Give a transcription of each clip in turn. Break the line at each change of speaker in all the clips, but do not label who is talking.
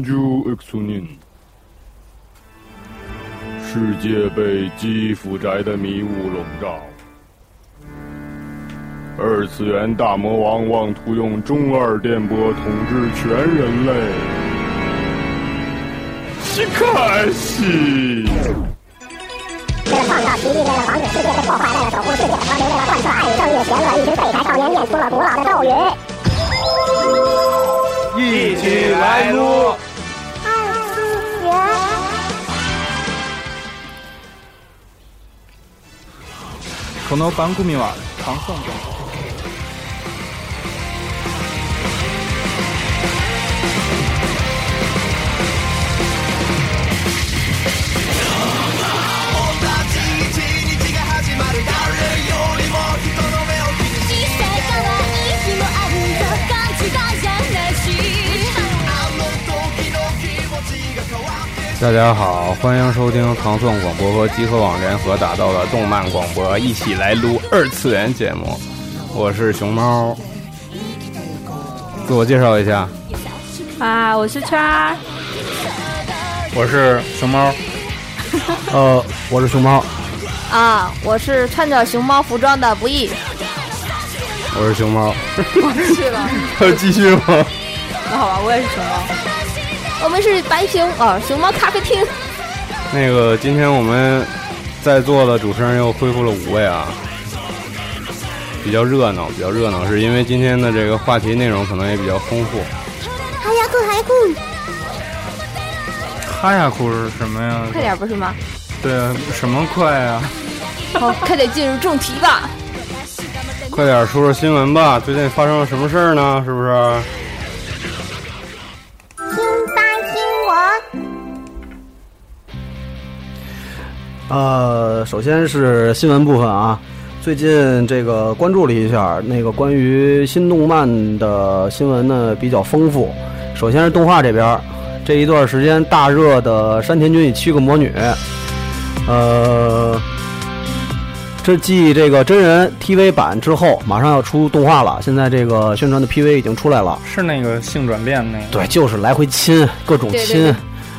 주 엑소님，世界被基辅宅的迷雾笼罩，二次元大魔王妄图用中二电波统治全人类。西卡西，
在创造奇迹为了防止世界被破坏，为了守护世界和平，为了贯彻爱与正义的邪恶，一群废柴少年念出了古老的咒语。
一起来撸！
二次元，
この番組は感想で
啊
小さい可愛い日もあるぞ勘違いじゃないし青空の下で
大家好，欢迎收听唐宋广播和集合网联合打造的动漫广播，一起来撸二次元节目。我是熊猫，自我介绍一下，
啊，我是圈儿，
我是熊猫。呃，我是熊猫，
啊，我是穿着熊猫服装的不 易，
我是熊 猫，
去了，
还有继续吗？
那好吧，我也是熊猫，我们是白熊啊，熊猫咖啡厅，
那个，今天我们在座的主持人又恢复了五位啊，比较热闹，比较热闹，是因为今天的这个话题内容可能也比较丰富。
哈呀酷哈呀酷，
哈呀酷是什么呀？
快点不是 吗？
对啊，什么快啊？
好，快点进入正题吧。
快点说说新闻吧，最近发生了什么事儿呢？是不是？
听吧听我，
呃，首先是新闻部分啊，最近这个关注了一下那个关于新动漫的新闻呢比较丰富。首先是动画这边儿，这一段时间大热的山田君与七个魔女，呃，这继这个真人 TV 版之后，马上要出动画了。现在这个宣传的 PV 已经出来了，
是那个性转变那个？
对，就是来回亲，各种
对对
亲
对，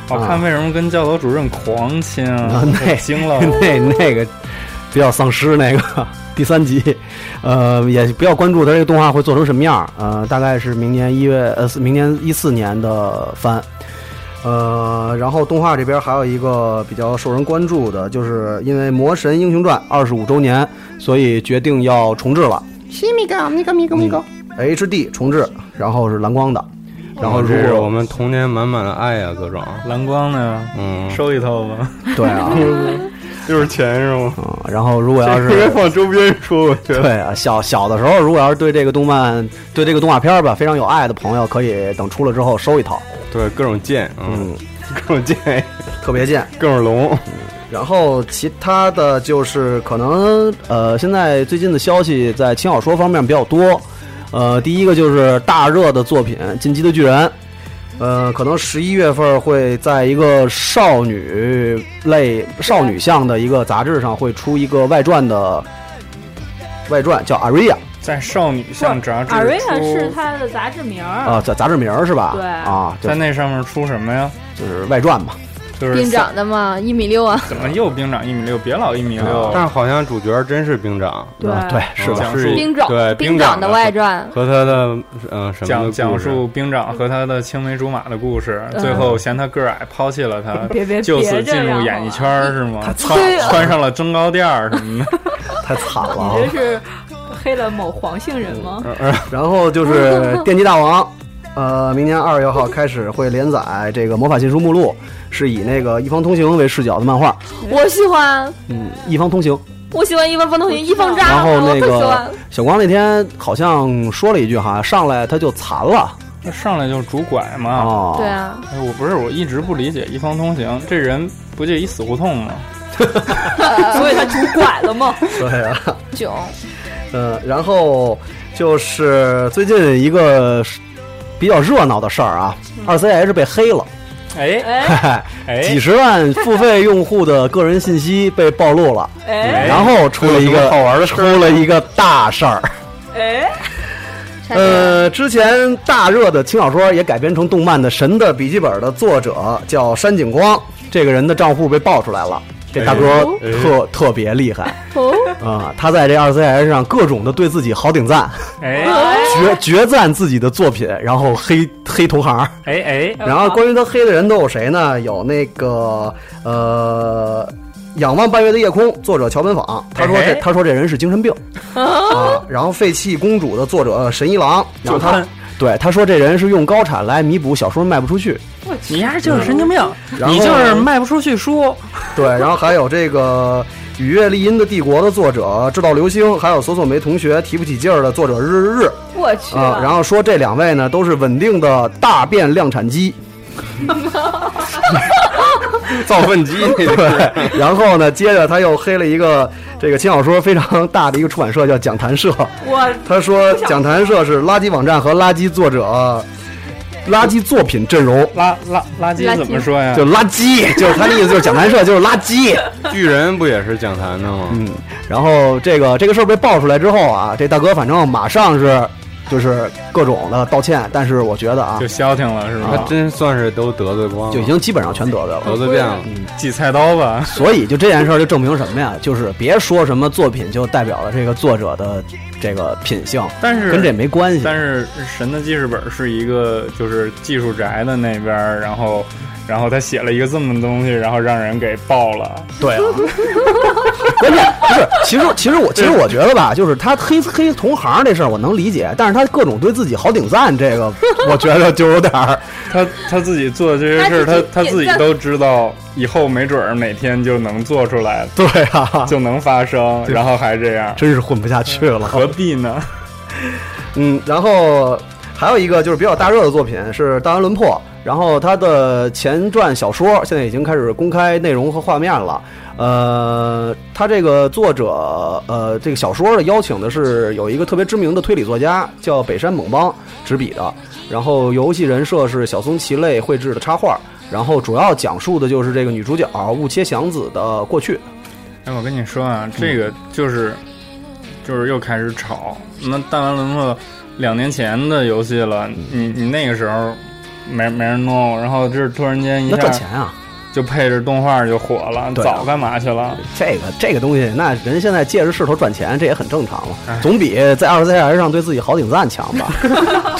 我看为什么跟教导主任狂亲啊？
啊那！
我惊了
那那个比较丧尸那个第三集，呃，也不要关注它这个动画会做成什么样儿，呃，大概是明年一月呃，是明年一四年的番。呃，然后动画这边还有一个比较受人关注的，就是因为《魔神英雄传》二十五周年，所以决定要重置了。HD 重置，然后是蓝光的，然后如
哦这是我
果
们童年满满的爱呀、各种，
蓝光呢？
嗯，
收一套吧。
对 啊，
六十钱是吗？
嗯，然后如果要是
应该放周边说，我觉得。
对啊，小小的时候，如果要是对这个动漫、对这个动画片儿吧非常有爱的朋友，可以等出了之后收一套，
对，各种贱，嗯，各种贱，
特别贱。
各种龙，
然后其他的就是可能呃，现在最近的消息在轻小说方面比较多。呃，第一个就是大热的作品《进击的巨人》，呃，可能十一月份会在一个少女类、少女向的一个杂志上会出一个外传的外传，叫《阿瑞亚》。
在少女向杂志
阿瑞
出
亚哦是他的杂志名儿，
啊，杂杂志名儿是吧？
对
啊，就
在那上面出什么呀？
就是外传嘛。
就是
兵长的嘛，一米六啊，
怎么又兵长一米六？别老一米六。
但是好像主角真是兵长，
对
啊对，是
吧嗯
的，
讲述
是
兵长
对，，
兵
长
长的外传，
和他的嗯什么的
讲
故
讲
事
述兵长和他的青梅竹马的故事，最后嫌他个儿矮抛弃了他，
嗯 别别
就
别
此
这
进入
样
演艺
好吧
圈儿是吗？
对
穿
啊
穿上了增高垫儿什么 的。
太惨了啊。
是黑了某黄姓人吗？
然后就是《电击大王》，呃，明年二月号开始会连载这个《魔法禁书目录》，是以那个一方通行为视角的漫画。
我喜欢，
嗯，一方通行。
我喜欢一方风同学，一方渣，
然后
我
那
特喜欢
个。小光那天好像说了一句哈，上来他就残了
那上来就拄拐嘛。
哦。
对。啊，
哎，我不是，我一直不理解一方通行这人不就一死胡同吗？
所以他拄拐了吗？
对啊。
囧，
呃，然后就是最近一个比较热闹的事儿啊，
嗯
二 CH 被黑了。
哎
哎
几
哎，
十万付费用户的个人信息被暴露了，
哎
然后出了一
这有什么
个
好玩的事
出了一个大事儿，
哎，全是
呃，之前大热的轻小说也改编成动漫的《神的笔记本》的作者叫山井光，这个人的账户被爆出来了。这大哥
哎
特、特别厉害
哦，
啊、他在这二 CS 上各种的对自己好顶赞，
哎
决决赞自己的作品，然后黑黑同行。
哎哎，
然后关于他黑的人都有谁呢？有那个呃，《仰望半月的夜空》作者乔本坊，他说
哎
这
哦
他说这人是精神病
哦
啊。然后《废弃公主》的作者呃神一郎，然后他
就
对他说这人是用高产来弥补小说卖不出去。
你丫就是神经病，
然后
你就是卖不出去书，
对，然后还有这个《雨夜丽音的帝国》的作者知道流星，还有索索梅同学提不起劲儿的作者日日日
我去
啊。然后说这两位呢都是稳定的大变量产机。
造粪机，
对，然后呢，接着他又黑了一个这个轻小说非常大的一个出版社，叫讲谈社。
我
他说讲谈社是垃圾网站和垃圾作者、垃圾作品阵容，
垃垃垃圾怎么说呀？
就垃圾， 就是他的意思就是讲谈社就是垃圾。
巨人不也是讲坛的吗？
嗯，然后这个这个事儿被爆出来之后啊，这大哥反正马上是就是各种的道歉，但是我觉得啊
就，消停了是
他
吧？
真算是都得罪光了，
就已经基本上全得罪了。
得罪遍了。
祭嗯菜刀吧，
所以就 这件事儿就证明什么呀？就是别说什么作品就代表了这个作者的这个品性，
但是
跟这没关系。
但是神的记事本是一个就是技术宅的那边儿，然后然后他写了一个这么东西，然后让人给爆了。
对啊，关键不是，其实其实我其实我觉得吧，就是他黑黑同行这事儿我能理解，但是他各种对自己好顶赞，这个我觉得就有点儿。
他他自己做的这些事儿，
他自
他
己
他自己
点赞
都知道，以后没准儿哪天就能做出来，
对啊，
就能发生，然后还这样，
真是混不下去 了。
何必呢？
嗯，然后还有一个就是比较大热的作品是《大安轮破》，然后它的前传小说现在已经开始公开内容和画面了。呃，它这个作者呃，这个小说的邀请的是有一个特别知名的推理作家叫北山猛邦执笔的，然后游戏人设是小松崎类绘制的插画。然后主要讲述的就是这个女主角雾切祥子的过去。
哎，我跟你说啊，这个就是就是又开始吵。那弹丸论破两年前的游戏了，
嗯
你你那个时候没没人弄，然后这突然间一
那赚
下
钱啊，
就配着动画就火了，
对啊
早干嘛去了？
这个这个东西，那人现在借着势头赚钱，这也很正常
哎
了，总比在二十 CS 上对自己好顶赞强吧，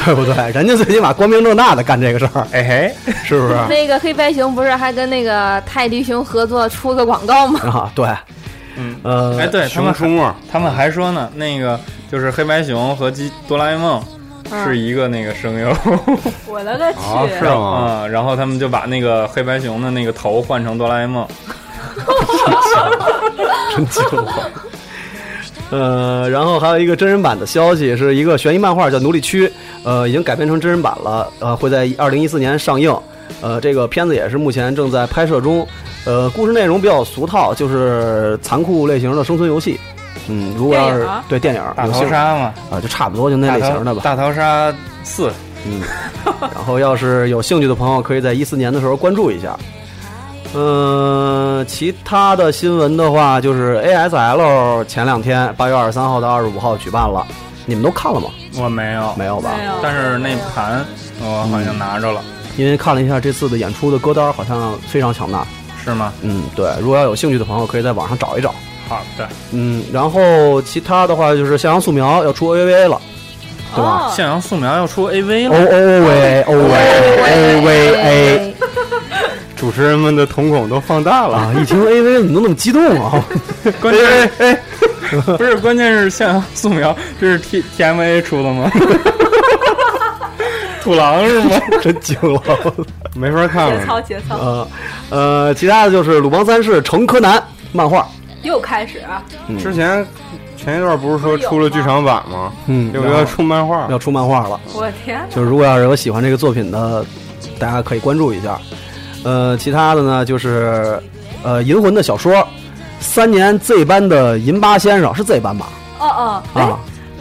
对不对？人家最起码光明正大的干这个事儿，
哎嘿，
是不是？
那个黑白熊不是还跟那个泰迪熊合作出个广告吗？
啊，对，
嗯，
呃，
哎，对他
熊
们
出没，
他们还说呢，那个就是黑白熊和机哆啦 A 梦是一个那个声优
我了个
啊，是
去！
吗？
啊、然后他们就把那个黑白熊的那个头换成哆啦 A 梦，
真惊了。呃，然后还有一个真人版的消息，是一个悬疑漫画叫《奴隶区》，呃，已经改编成真人版了，呃，会在二零一四年上映。呃，这个片子也是目前正在拍摄中。呃，故事内容比较俗套，就是残酷类型的生存游戏。嗯，如果要
电
是
影啊
对电影儿
大
有
逃
兴趣
杀嘛，
啊，就差不多就那
大
类
逃
型的吧。
大逃杀四，
嗯，然后要是有兴趣的朋友，可以在一四年的时候关注一下。嗯、其他的新闻的话，就是 ASL 前两天八月二十三号到二十五号举办了，你们都看了吗？
我没有，
没有吧？
没有，
但是那盘我好像拿着了，
因为看了一下这次的演出的歌单，好像非常强大。
是吗？
嗯，对，如果要有兴趣的朋友，可以在网上找一找。
好的，
嗯，然后其他的话就是《向阳素描》要出 AVA 了，对吧？
向阳素描要出 AV
哦
了，
哦喂哦喂 AVA。
主持人们的瞳孔都放大了。
啊！ 一听 AV 怎么能那么激动啊？
关键是哎，不是，关键是向阳素描，这是 T T M A 出的吗？ 土狼是吗？
真惊了！
没法看
节
了。
操节操
呃呃，其他的就是《鲁邦三世成柯南》漫画，
又开始啊！
之前前一段不是说出了剧场版吗？
嗯
要不要出漫画？
要出漫画了。
我天，
就是如果要是有喜欢这个作品的，大家可以关注一下。呃，其他的呢就是呃《银魂》的小说，三年 Z 班的银八先生是 Z 班吧？
哦哦，
啊
哎，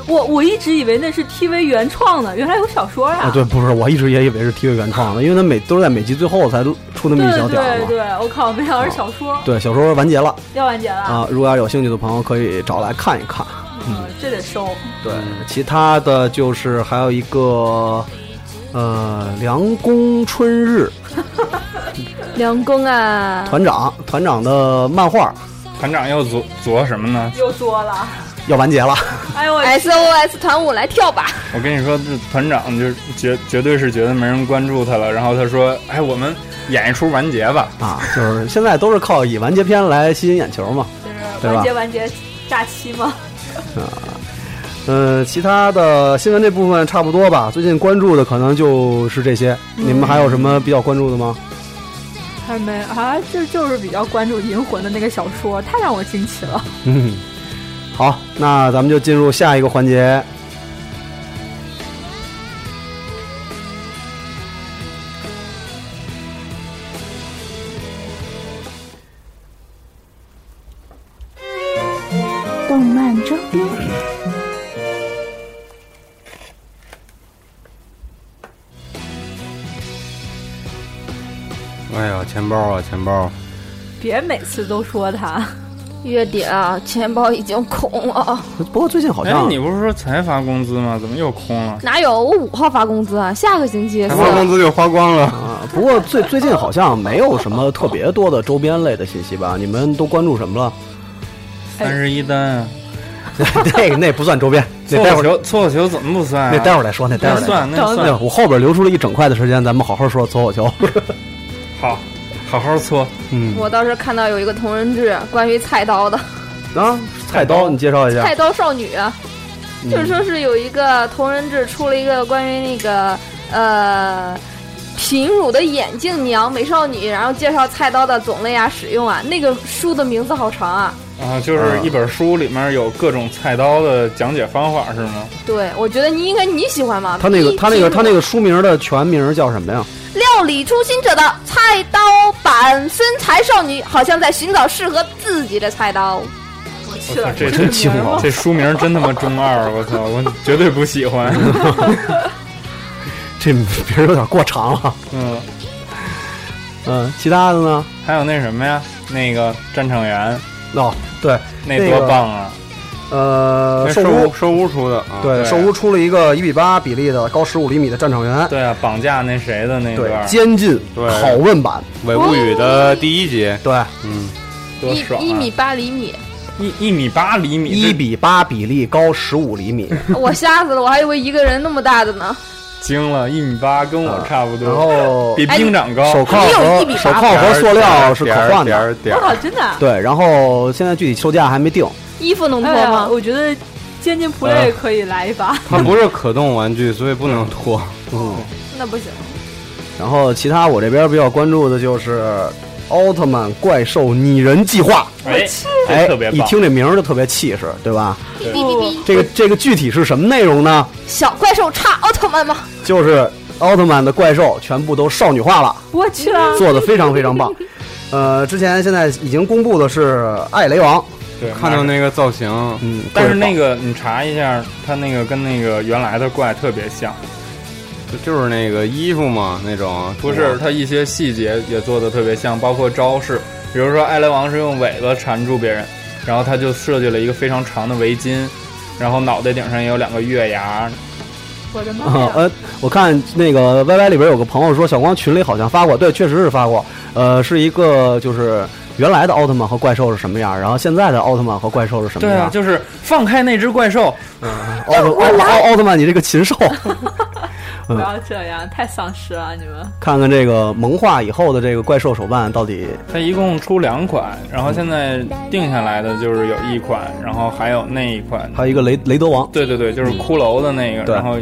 我我一直以为那是 TV 原创的，原来有小说
啊，
呀。
对，不是，我一直也以为是 TV 原创的，因为它每都是在每集最后才出那么一小
对
点儿
对
嘛。啊
对，我靠，没想到是小说，
对，小说完结了啊
要完结了。
啊！如果要是有兴趣的朋友，可以找来看一看。
嗯，这得收。
对，
嗯
其他的就是还有一个，呃，凉宫春日
梁工啊，
团长团长的漫画
团长又琢琢什么呢？
又作了，
要完结了，
哎呦我
SOS 团舞来跳吧！
我跟你说，这团长就是绝绝对是觉得没人关注他了，然后他说：“哎，我们演一出完结吧。
啊，就是现在都是靠以完结篇来吸引眼球嘛。
就是
对吧啊
完结完结假期嘛，
呃，其他的新闻这部分差不多吧，最近关注的可能就是这些。你们还有什么比较关注的吗？
还没啊，就就是比较关注《银魂》的那个小说，太让我惊奇了。
嗯，
好，那咱们就进入下一个环节。
动漫周边。
哎呀，钱包啊，钱包，
别每次都说他，
月底了，钱包已经空了，
不过最近”好
哎
像，
你不是说才发工资吗？怎么又空了？
哪有？我五号发工资啊，下个星期
他发工
四。
资就花光了。
啊，不过最最近好像没有什么特别多的周边类的信息吧？你们都关注什么了？
哎
三十一单啊，
那个那不算周边，那
错
待
过
会儿
球错过球怎么不算啊？
那待会儿再说，那待会
那
儿再说。
算那
对
算，
哎我后边留出了一整块的时间，咱们好好说搓火球。
好好好搓。
嗯，
我倒是看到有一个同人剧，关于菜刀的，
啊，菜刀，你介绍一下
菜。刀少女啊，
嗯
就是说是有一个同人志出了一个关于那个呃贫乳的眼镜娘美少女，然后介绍菜刀的种类啊、使用啊。那个书的名字好长啊，
啊，就是一本书里面有各种菜刀的讲解方法是吗？
对我觉得你应该你喜欢吗？
他那个
一
他那个
贫乳
他那个书名的全名叫什么呀？
料理初心者的菜刀版身材少女，好像在寻找适合自己的菜刀。
我去
我操
了，
这
这是名儿吗？
这书名真他妈中二，啊我操，我绝对不喜欢。
这名儿有点过长了。
嗯，
嗯，其他的呢？
还有那什么呀，那个战场员
哦，对，
那
那个
多棒啊！
呃，
那
兽
收
屋
屋收屋出的啊，
对
对
兽屋出了一个一比八比例的高十五厘米的战场员，
对啊，绑架那谁的那
对
段，
监禁
对
拷问版，
伪哎物语的第一集，
对，
嗯，
多爽、啊！
哦一一米八厘米，
一一米八厘米，
一
这
比八比例高十五厘米，
我吓死了，我还以为一个人那么大的呢。
惊了，一米八跟我差不多，
啊然 后
比兵长高。
手铐
哎没有一
和
比八
手铐和塑料是可
点儿
换
点
的，
儿点儿点
我靠
儿，，
真的啊？
对，然后现在具体售价还没定，
衣服能脱
哎呀，
吗？
我觉得《监禁 play》可以来一把，
它 不是可动玩具，所以不能拖。
嗯，
那不行，
然后其他我这边比较关注的就是奥特曼怪兽拟人计划，
哎，
哎
这特别，
一
棒！
听这名儿就特别气势，对吧？
哔哔哔，
这个这个具体是什么内容呢？
小怪兽差奥特曼吗？
就是奥特曼的怪兽全部都少女化了，
我去了，
做的非常非常棒。呃，之前现在已经公布的是艾雷王，
对，
看到 那个造型，
嗯，
但是
特别棒
那个你查一下，它那个跟那个原来的怪特别像，
就就是那个衣服嘛，那种
不是它一些细节也做的特别像，包括招式，比如说艾雷王是用尾巴缠住别人，然后他就设计了一个非常长的围巾，然后脑袋顶上也有两个月牙，
我的妈
啊，
呀！
呃，我看那个 YY 里边有个朋友说，小光群里好像发过，对，确实是发过。呃，是一个就是原来的奥特曼和怪兽是什么样，然后现在的奥特曼和怪兽是什么
对啊，
样？嗯
就是放开那只怪兽，
奥特奥奥奥特曼，你这个禽兽！
不要这样，太丧尸了你们。
看看这个萌化以后的这个怪兽手办到底
它一共出两款，然后现在定下来的就是有一款，然后还有那一款，
还有一个雷雷德王，
对对对，就是骷髅的那个，
对
然后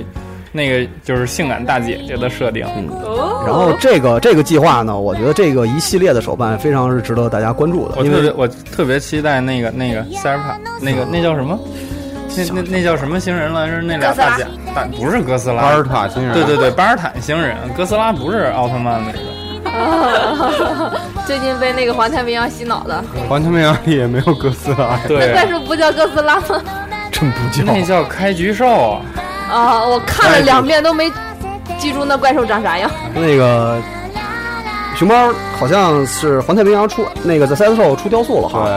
那个就是性感大姐姐的设定，
嗯
哦，
然后这个这个计划呢，我觉得这个一系列的手办非常是值得大家关注的，
我
因
特别
为
我特别期待那个那个塞尔帕，那个那叫什么？那那那叫什么星人来着？那俩大
哥斯
假大不是哥斯
巴
拉
尔，塔星人，
对对对，巴尔坦星人，哥斯拉不是奥特曼那个，
最近被那个环太平洋洗脑的，
对，环太平洋里也没有哥斯拉，
对，
但是不叫哥斯拉吗？
真不叫
那叫开局兽啊，
啊，我看了两遍都没记住那怪兽长啥样。
那个熊猫好像是环太平洋出那个在 CSGO 出雕塑了哈，
对，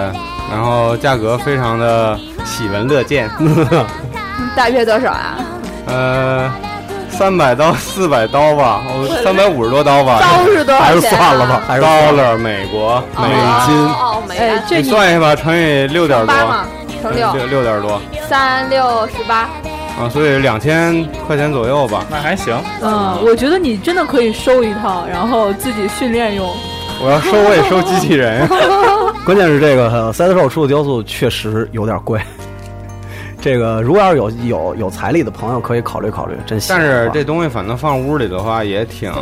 然后价格非常的喜闻乐见，
大约多少啊？
呃，三百刀四百刀吧，三百五十多刀吧，
刀是多少钱、啊？
还是算了吧，。还是算了。
dollar 美国美
哦
金，
哦，美
哎
元，
这
你
你
算一下吧，乘以六点
八嘛
多，，
乘六
六点多
三六十八，
啊，所以两千块钱左右吧。
那还行，
嗯，我觉得你真的可以收一套，然后自己训练用。
我要收我也收机器
哎
人，
关键是这个呃 CSGO 出的雕塑确实有点贵。 这个如果要是有有有财力的朋友，可以考虑考虑，真喜
但
欢的话。
是这东西反正放屋里的话也挺，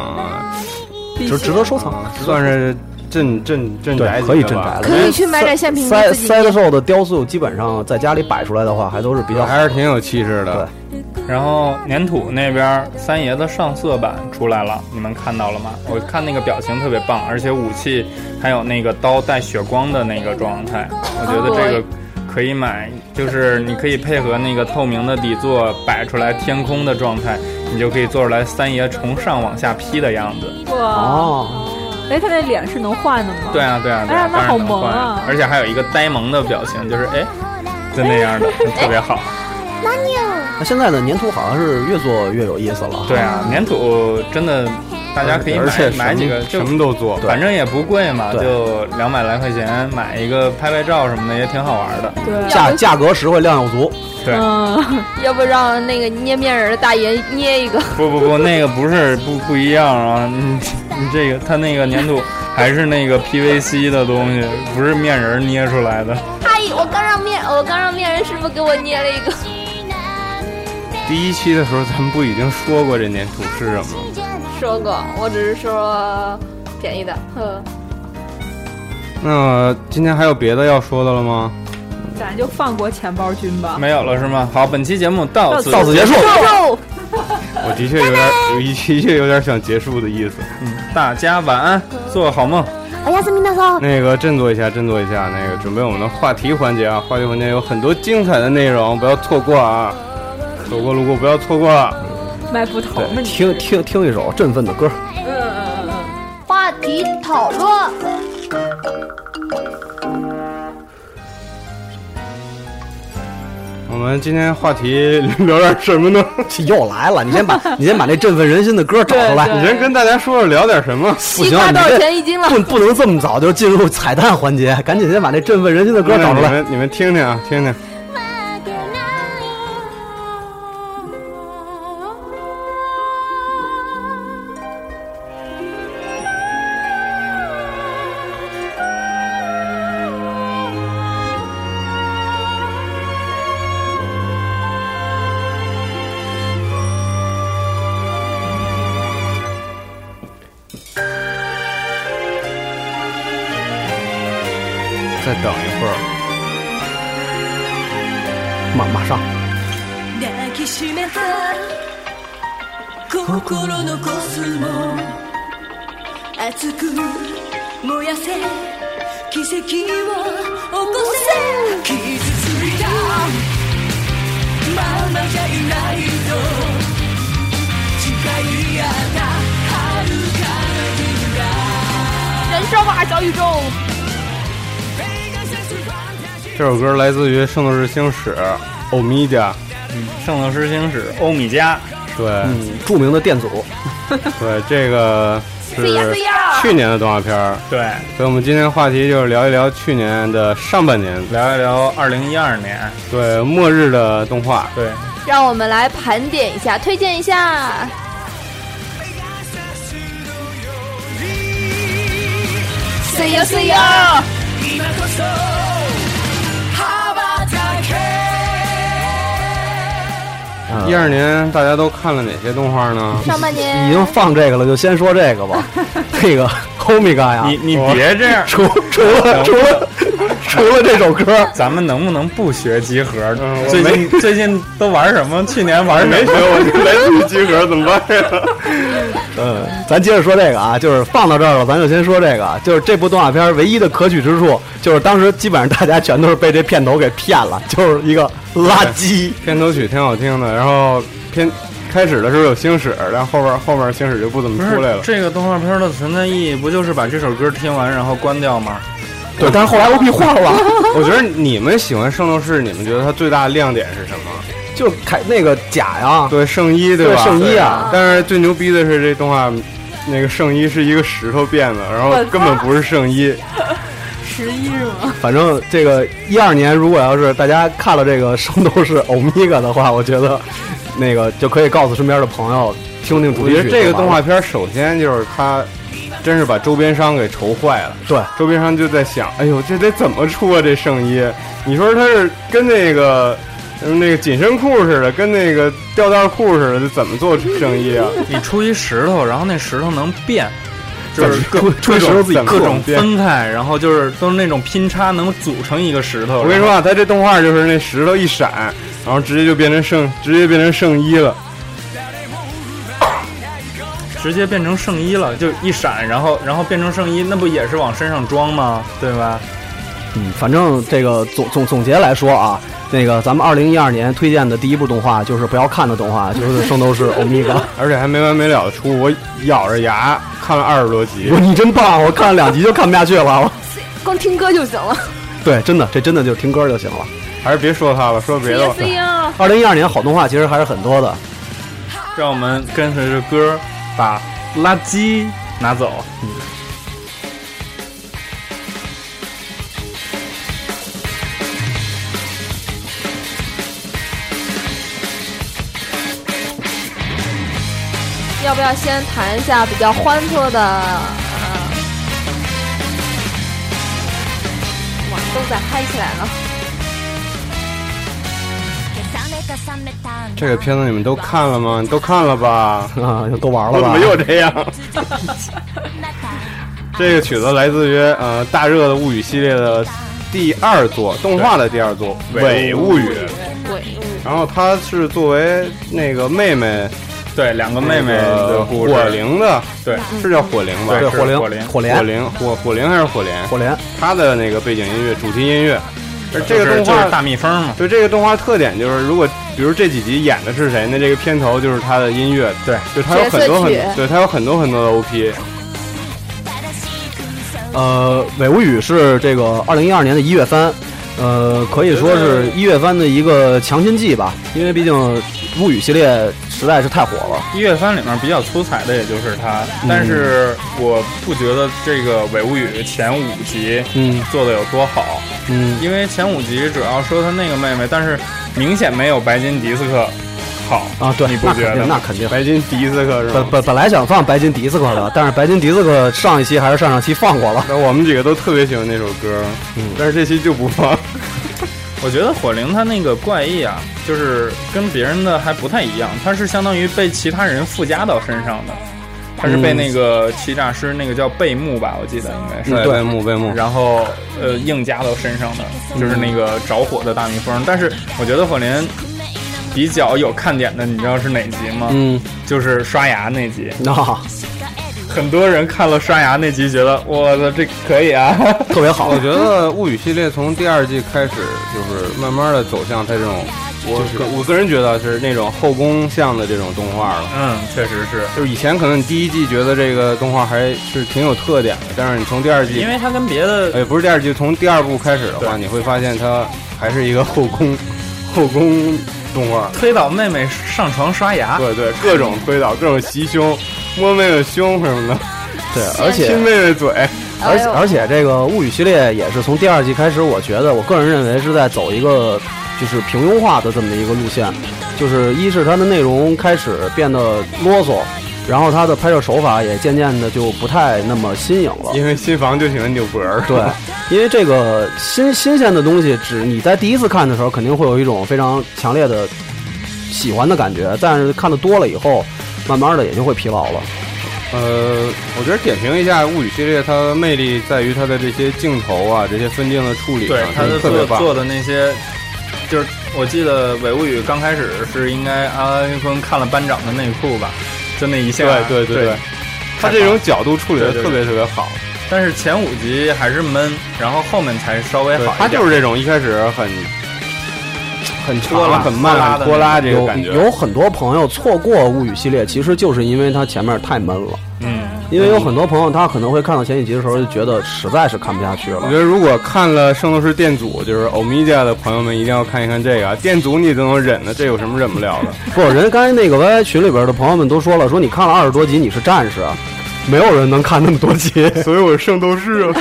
就值得收藏，
啊算是镇镇镇
对
宅级的吧，
可以镇宅了
可以去买点现品
塞
你自己捏
CSGO 的雕塑基本上在家里摆出来的话，还都是比较好
还是挺有气势的。
然后粘土那边三爷的上色版出来了，你们看到了吗？我看那个表情特别棒，而且武器还有那个刀带血光的那个状态，我觉得这个可以买，就是你可以配合那个透明的底座摆出来天空的状态，你就可以做出来三爷从上往下劈的样子。
哇，
哦，
哎，他那脸是能换的吗？
对，啊，对啊，对
哎呀
啊，
那
当
好
然能
萌
换
啊
而且还有一个呆萌的表情，就是哎，就那 样的，特别好。
那现在的粘土好像是越做越有意思了。
对啊，粘土真的，大家可以
而且
买买几个，
什
就
么什么都做，
反正也不贵嘛，
对
就两百来块钱买一个拍拍照什么的也挺好玩的。
对，
价价格实惠，量又足。
对
嗯，
要不让那个捏面人的大爷捏一个，
不不不，那个不是不不一样啊，你你这个它那个粘土还是那个 PVC 的东西，不是面人捏出来的。
阿姨，我刚让面，我刚让面人师傅给我捏了一 个，
第一期的时候咱们不已经说过这粘土是什么吗？
说过，我只是说便宜的，呵，
那么今天还有别的要说的了吗？
咱就放过钱包君吧。
没有了是吗？好，本期节目到此
到此结束，
我的确有点，有一的确有点想结束的意思。
嗯，大家晚安，做好梦。
おやすみなさい。
那个振作一下，振作一下，那个准备我们的话题环节啊，话题环节有很多精彩的内容，不要错过啊！走过路过不要错过了。
卖葡萄吗？你
听听听一首振奋的歌。
嗯嗯嗯嗯，
话题讨论。
我们今天话题 聊点什么呢？
又来了，你 先把你先把那振奋人心的歌找出来。
你先跟大家说说聊点什么？
不
西
行，啊
瓜
你
多少
这
钱一斤了？
不不能这么早就进入彩蛋环节，赶紧先把那振奋人心的歌找出
你
来。
们你们听听啊，听听。再等一会儿，
马马上，
抱きしめた心のコスモ熱く燃やせ奇跡を起こせ傷ついたままじゃいないと誓い合った遥
燃烧吧，小宇宙！
这首歌来自于《圣斗士星矢》欧米伽，
嗯圣斗士星矢欧米茄，
对、
嗯，著名的电组，
对，这个是
呀对呀
去年的动画片儿，
E 对，
所以我们今天话题就是聊一聊去年的上半年，
聊一聊二零一二年，
对末日的动画。
对，
让我们来盘点一下，推荐一下。See you, see you.
か今こそ羽ばたけ
嗯
一二年大家都看了哪些动画呢？
上半年
已经放这个了，就先说这个 吧。这个 Omega 呀，
你你别这样，
除除了除了除了这首歌，
咱们能不能不学集合？
嗯我
最近最近都玩什么？去年玩什么？
没学我就 来自于集合，怎么办呀？
嗯，咱接着说这个啊，就是放到这儿了，咱就先说这个啊，就是这部动画片唯一的可取之处，就是当时基本上大家全都是被这片头给骗了，就是一个垃圾。
片头曲挺好听的，然后片开始的时候有星矢，但后边后面星矢就不怎么
不
出
是
来了。
这个动画片的存在意义，不就是把这首歌听完然后关掉吗？
对
但是后来 OP 换 了，
我觉得你们喜欢圣斗士，你们觉得它最大的亮点是什么？
就凯那个甲呀，
对，圣衣
对
吧？
圣衣啊，
但是最牛逼的是这动画，那个圣衣是一个石头变的，然后根本不是圣衣。
十一是吗？
反正这个一二年，如果 要是大家看了这个《圣斗士欧米伽》的话，我觉得那个就可以告诉身边的朋友听听主
我
题曲
觉
就
得
完了。
这个动画片首先就是它，真是把周边商给愁坏了。
对，
周边商就在想，哎呦，这得怎么出啊？这圣衣，你说它是跟那个。嗯那个紧身裤似的，跟那个吊带裤似的，这怎么做圣衣 啊？
你出一石头，然后那石头能变，就是各
吹吹石头自己
怎么
各种
变
分开，然后就是都是那种拼插能组成一个石头。
我跟你说，啊，他这动画就是那石头一闪，然后直接就变成圣，直接变成圣衣了。
直接变成圣衣了，就一闪，然后然后变成圣衣，那不也是往身上装吗？对吧？
嗯，反正这个总总总结来说啊，那个咱们二零一二年推荐的第一部动画就是不要看的动画，就是《圣斗士欧 米伽》。
而且还没完没了的出，我咬着牙看了二十多集
我。你真棒，我看了两集就看不下去了。
光听歌就行了。
对，真的，这真的就是听歌就行了。
还是别说他了，说别的吧。
C 啊，
二零一二年好动画其实还是很多的，
让我们跟随着歌儿把垃圾拿走。
要不要先谈一下比较欢脱的？呃，哇，豆仔嗨起来了！
这个片子你们都看了吗？你都看了 吧？
啊，就都玩
我怎
了吧
么？又这样？这个曲子来自于呃大热的物语系列的第二作动画的第二作《伪物语》，
对，
然后它是作为那个妹妹
对，两个妹妹
那
的
个
故事。
火灵的，
对，
是叫火灵吧？
对
火
火
灵，
灵
火
火
莲，
灵火火灵还是火莲？
火莲，
它的那个背景音乐、主题音乐，而这
嗯就
个
是
动
就是
画
大蜜蜂嘛。
对这个动画特点就是，如果比如这几集演的是谁，那这个片头就是他的音乐，
对，
就他有很多
角色曲
很对他有很多很多的 OP，
呃，《伪物语》是这个二零一二年的一月番，呃，可以说是一月番的一个强心剂吧，因为毕竟物语系列实在是太火了。
一月番里面比较出彩的也就是它，
嗯
但是我不觉得这个《伪物语》前五集
嗯
做的有多好，
嗯，
因为前五集主要说她那个妹妹，但是明显没有白金迪斯科好
啊，对，
你不
那
觉
肯
得
定，那
吗？
肯定。
白金迪斯克是
本
吧？
本本来想放白金迪斯科的，但是白金迪斯科上一期还是上上期放过了。
那我们几个都特别喜欢那首歌，
嗯
但是这期就不 放。
我觉得火灵她那个怪异啊，就是跟别人的还不太一样，她是相当于被其他人附加到身上的，她是被
嗯
那个欺诈师那个叫贝木吧，我记得应
哎
该是。
嗯对，贝木贝木，
然后呃硬加到身上的，就是那个着火的大蜜蜂。但是我觉得火莲比较有看点的，你知道是哪集吗？
嗯，
就是刷牙那集。
那、
很多人看了刷牙那集，觉得我操这可以啊，
特别 好
我。觉得《物语》系列从第二季开始，就是慢慢的走向它这种，我个我个人觉得是那种后宫向的这种动画了。
嗯，确实是。
就是以前可能你第一季觉得这个动画还是挺有特点的，但是你从第二季
因为它跟别的
哎，不是第二季，从第二部开始的话，
对
你会发现它还是一个后宫后宫动画。
推倒妹妹上床刷牙，
对对，各种推倒，各种袭胸，摸妹妹胸什么的，
对， 而且
亲妹妹嘴。
而且
哎呦
而且这个物语系列也是从第二季开始，我觉得我个人认为是在走一个就是平庸化的这么一个路线，就是一是它的内容开始变得啰嗦，然后它的拍摄手法也渐渐的就不太那么新颖了。
因为新房就喜欢扭脖儿。
对，因为这个新新鲜的东西，只你在第一次看的时候，肯定会有一种非常强烈的喜欢的感觉，但是看的多了以后，慢慢的也就会疲劳了。
呃，我觉得点评一下《物语》系列，它的魅力在于它的这些镜头啊，这些分镜的处理、啊，
对
真
他的做
特别棒。
做的那些，就是我记得《伪物语》刚开始是应该阿拉坤看了班长的内裤吧，就那一下，
对对
对
对，它这种角度处理的
对对
特别特别好。
但是前五集还是闷，然后后面才稍微好一点。
它就是这种一开始很很
拖拉
长、很慢、很拖拉这个感觉。
有有很多朋友错过《物语》系列，其实就是因为它前面太闷了。
嗯，
因为有很多朋友他可能会看到前几集的时候就觉得实在是看不下去
我
了
觉。得如果看了《圣斗士殿组》，就是欧米伽的朋友们，一定要看一看这个啊。殿组你都能忍的，这有什么忍不了的？
不，人家刚才那个 YY 群里边的朋友们都说了，说你看了二十多集你是战士，啊没有人能看那么多集。
所以我是圣斗士啊。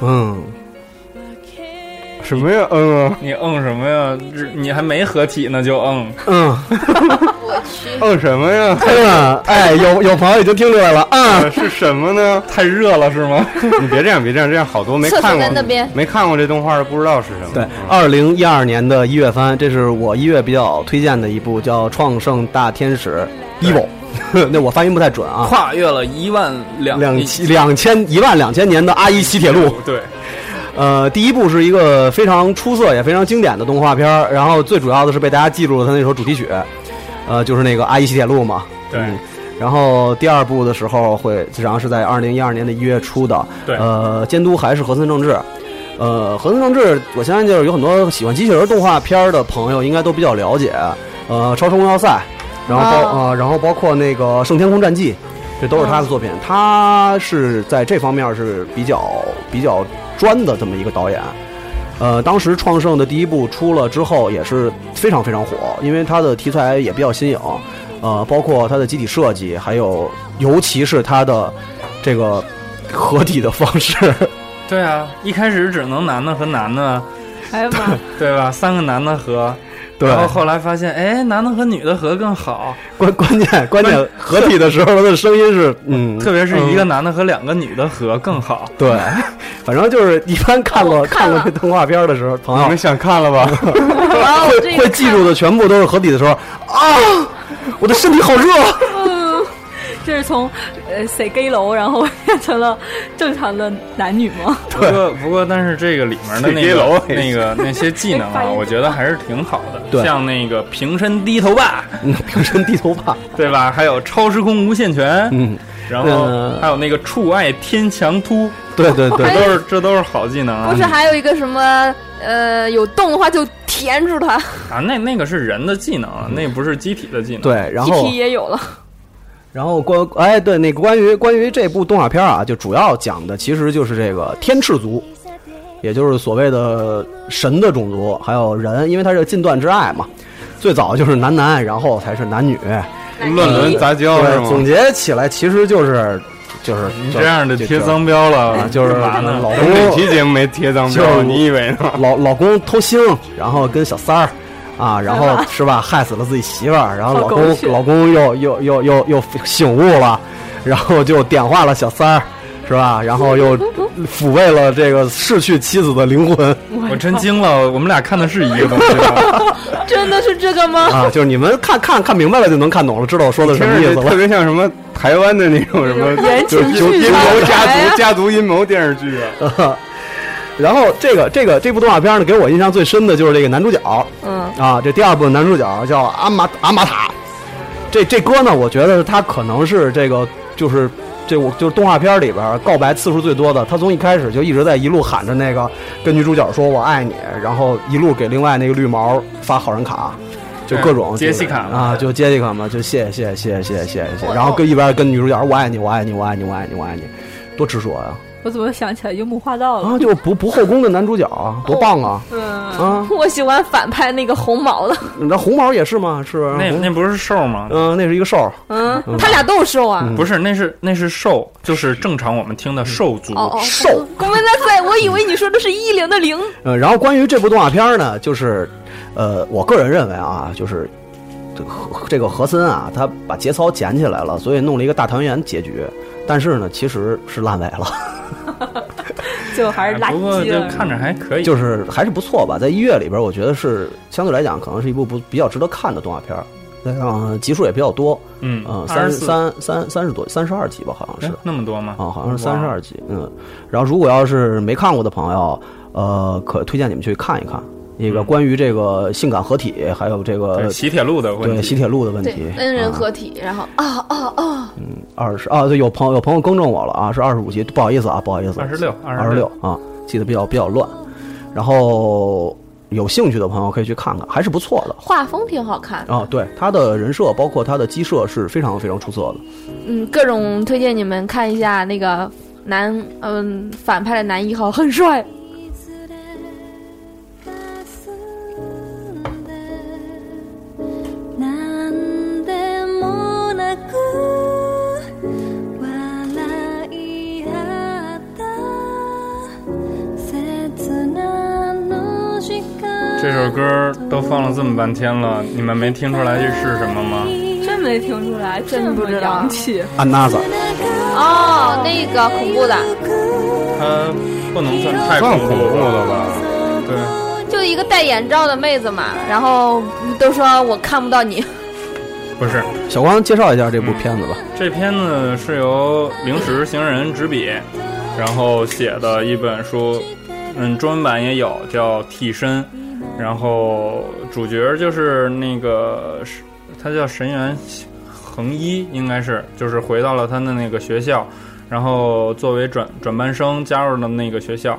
嗯，
什么呀？嗯啊，
你嗯什么呀？这你还没合体呢就嗯，
嗯
我去，
嗯什么呀？呃
嗯，哎，有有朋友已经听出来了啊、嗯，
是什么呢？
太热了是 吗？
你别这样，别这样，这样好多没
厕所
看过
在那边
没看过这动画的不知道是什么。
对
嗯，
二零一二年的一月番，这是我一月比较推荐的一部，叫《创圣大天使 EVO》，那 我发音不太准啊。
跨越了一万两
两千两千一万两千年的阿依西铁路，
对，嗯
呃，第一部是一个非常出色也非常经典的动画片儿，然后最主要的是被大家记住了它那首主题曲，呃，就是那个《阿依西铁路》嘛。
对
嗯然后第二部的时候会，实际上是在二零一二年的一月初的。
对
呃，监督还是和森正治。呃，和森正治，我相信就是有很多喜欢机器人动画片儿的朋友应该都比较了解。呃，《超时空要塞》，然后包、呃，然后包括那个《圣天空战记》，这都是
嗯
他的作品。他是在这方面是比较比较专的这么一个导演。呃，当时《创圣》的第一部出了之后，也是非常非常火，因为它的题材也比较新颖，呃，包括它的机体设计，还有尤其是它的这个合体的方式，
对啊，一开始只能男的和男的，
哎呀妈，
对吧？三个男的和，
对，
然后后来发现，哎，男的和女的和更好，
关关键关键合体的时候它的声音是嗯，
特别是一个男的和两个女的和更好。
对， 反正就是一般看过、
我哦看
看
了
过这动画片的时候，朋
你
友
们想看了 吧？
然哦后我这
会
个
会记住的全部都是合体的时候啊，我的身体好热， 啊
这是从呃 C gay 楼，然后变成了正常的男女吗？
嗯
不过不过，但是这个里面的那
水
个
滴楼
那个那些技能
发
啊，
音不
我觉得还是挺好
对
的，像那个平身低头霸，
嗯， 平身低头吧，
对吧？还有超时空无限拳，
嗯，
然后
呃
还有那个触爱天墙突，
对对对
这都是这都是好技能啊。
不是还有一个什么呃，有洞的话就填住它，
啊，那那个是人的技能啊，那不是机体的技能。，
嗯对，哎然
机
后
体也有了。
然后关哎对，那个关于关于这部动画片啊，就主要讲的其实就是这个天赤族，也就是所谓的神的种族，还有人，因为它是近段之爱嘛。最早就是男男，然后才是男女。
乱伦杂交是
对，总
吗？
结起来其实就是就是
你这样的
就
贴脏标了，
就就是
干嘛呢？
老
我们哪
公
期节目没贴脏标？
就
你以为呢？
老老公偷腥，然后跟小三儿。啊，然后是吧，害死了自己媳妇儿，然后
好
老
狗
公
血
老公又又又又又醒悟了，然后就点化了小三儿，是吧？然后又抚慰了这个逝去妻子的灵魂
我真惊了，我们俩看的是一个东西吗？
真的是这个吗？
啊！就是你们看看看明白了就能看懂了，知道我说的什么
听
意
着
思
就
了
特。别像什么台湾的那种什么
言
就
情
就
剧
阴谋
啊
家族家族阴谋电视剧啊。
然后这个这个这部动画片呢，给我印象最深的就是这个男主角，
嗯，
啊，这第二部的男主角叫阿玛阿玛塔，这这歌呢，我觉得他可能是这个就是这我就是动画片里边告白次数最多的。他从一开始就一直在一路喊着那个跟女主角说我爱你，然后一路给另外那个绿毛发好人卡。就各种
哎
嗯杰西卡
啊，就杰西卡嘛，就谢谢谢谢谢谢谢谢谢，然后跟一边跟女主角说我爱你我爱你我爱你我爱你我爱你，多执着呀！
我怎么想起来樱木花道了？
啊，就不不后宫的男主角啊，多棒啊！
嗯，
啊，
我喜欢反派那个红毛的，
那红毛也是嘛，是吧
那那不是兽吗？
嗯，那是一个兽儿，
嗯，他俩都有瘦啊。
嗯
不是，那是那是兽，就是正常我们听的兽族。
哦哦，
兽。
我们大赛，我以为你说的是一零的零，
呃，然后关于这部动画片儿呢，就是，呃，我个人认为啊，就是这个和这个和森啊，他把节操捡起来了，所以弄了一个大团圆结局。但是呢，其实是烂尾了，
就还是垃
哎不过
圾
就
了。
看着还可以，
就是还是不错吧。在一月里边，我觉得是相对来讲，可能是一部不比较值得看的动画片儿。再加上集数也比较多，
嗯
嗯、，
二
三
十
十
四，
三三三十多，三十二集吧，好像
哎
是。
那么多吗？
啊，好像是三十二集，嗯。然后如果要是没看过的朋友，呃，可推荐你们去看一看，一个关于这个性感合体，还有这个
对洗呃铁路的问题
对洗铁路的 问
对
题，，
恩人
啊
合体，然后啊啊啊，
二十啊，对，有朋友有朋友更正我了啊，是二十五集，不好意思啊，不好意思，
26
二十六啊，记得比较比较乱。然后有兴趣的朋友可以去看看，还是不错的
画风挺好看的，
啊。对他的人设，包括他的机设是非常非常出色的。
嗯，各种推荐你们看一下那个男，嗯，反派的男一号很帅，
「なんでもなく笑い合った」「切なの時間」
这首歌都放了这么半天了，你们没听出来这是什么吗？
真没听出来，真不洋气。
安娜子，
哦，那个恐怖的，
它不能算太
算恐
怖
怖了吧？
对，
就一个戴眼罩的妹子嘛，然后都说我看不到你，
不是
小光介绍一下这部片子吧。
这片子是由零食行人执笔，然后写的一本书，嗯，中文版也有，叫《替身》，然后主角就是那个是他叫神原恒一，应该是就是回到了他的那个学校，然后作为转转班生加入了那个学校，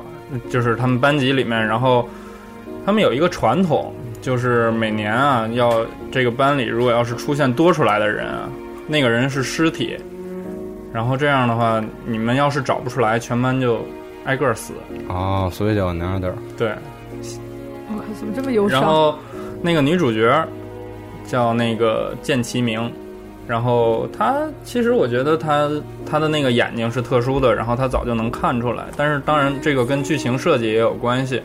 就是他们班级里面，然后他们有一个传统。就是每年啊，要这个班里如果要是出现多出来的人啊，那个人是尸体，然后这样的话，你们要是找不出来，全班就挨个儿死。
哦，所以叫 another。
对，
我靠，怎么这么忧
然
伤？
后那个女主角叫那个见其明，然后她其实我觉得她她的那个眼睛是特殊的，然后她早就能看出来，但是当然这个跟剧情设计也有关系。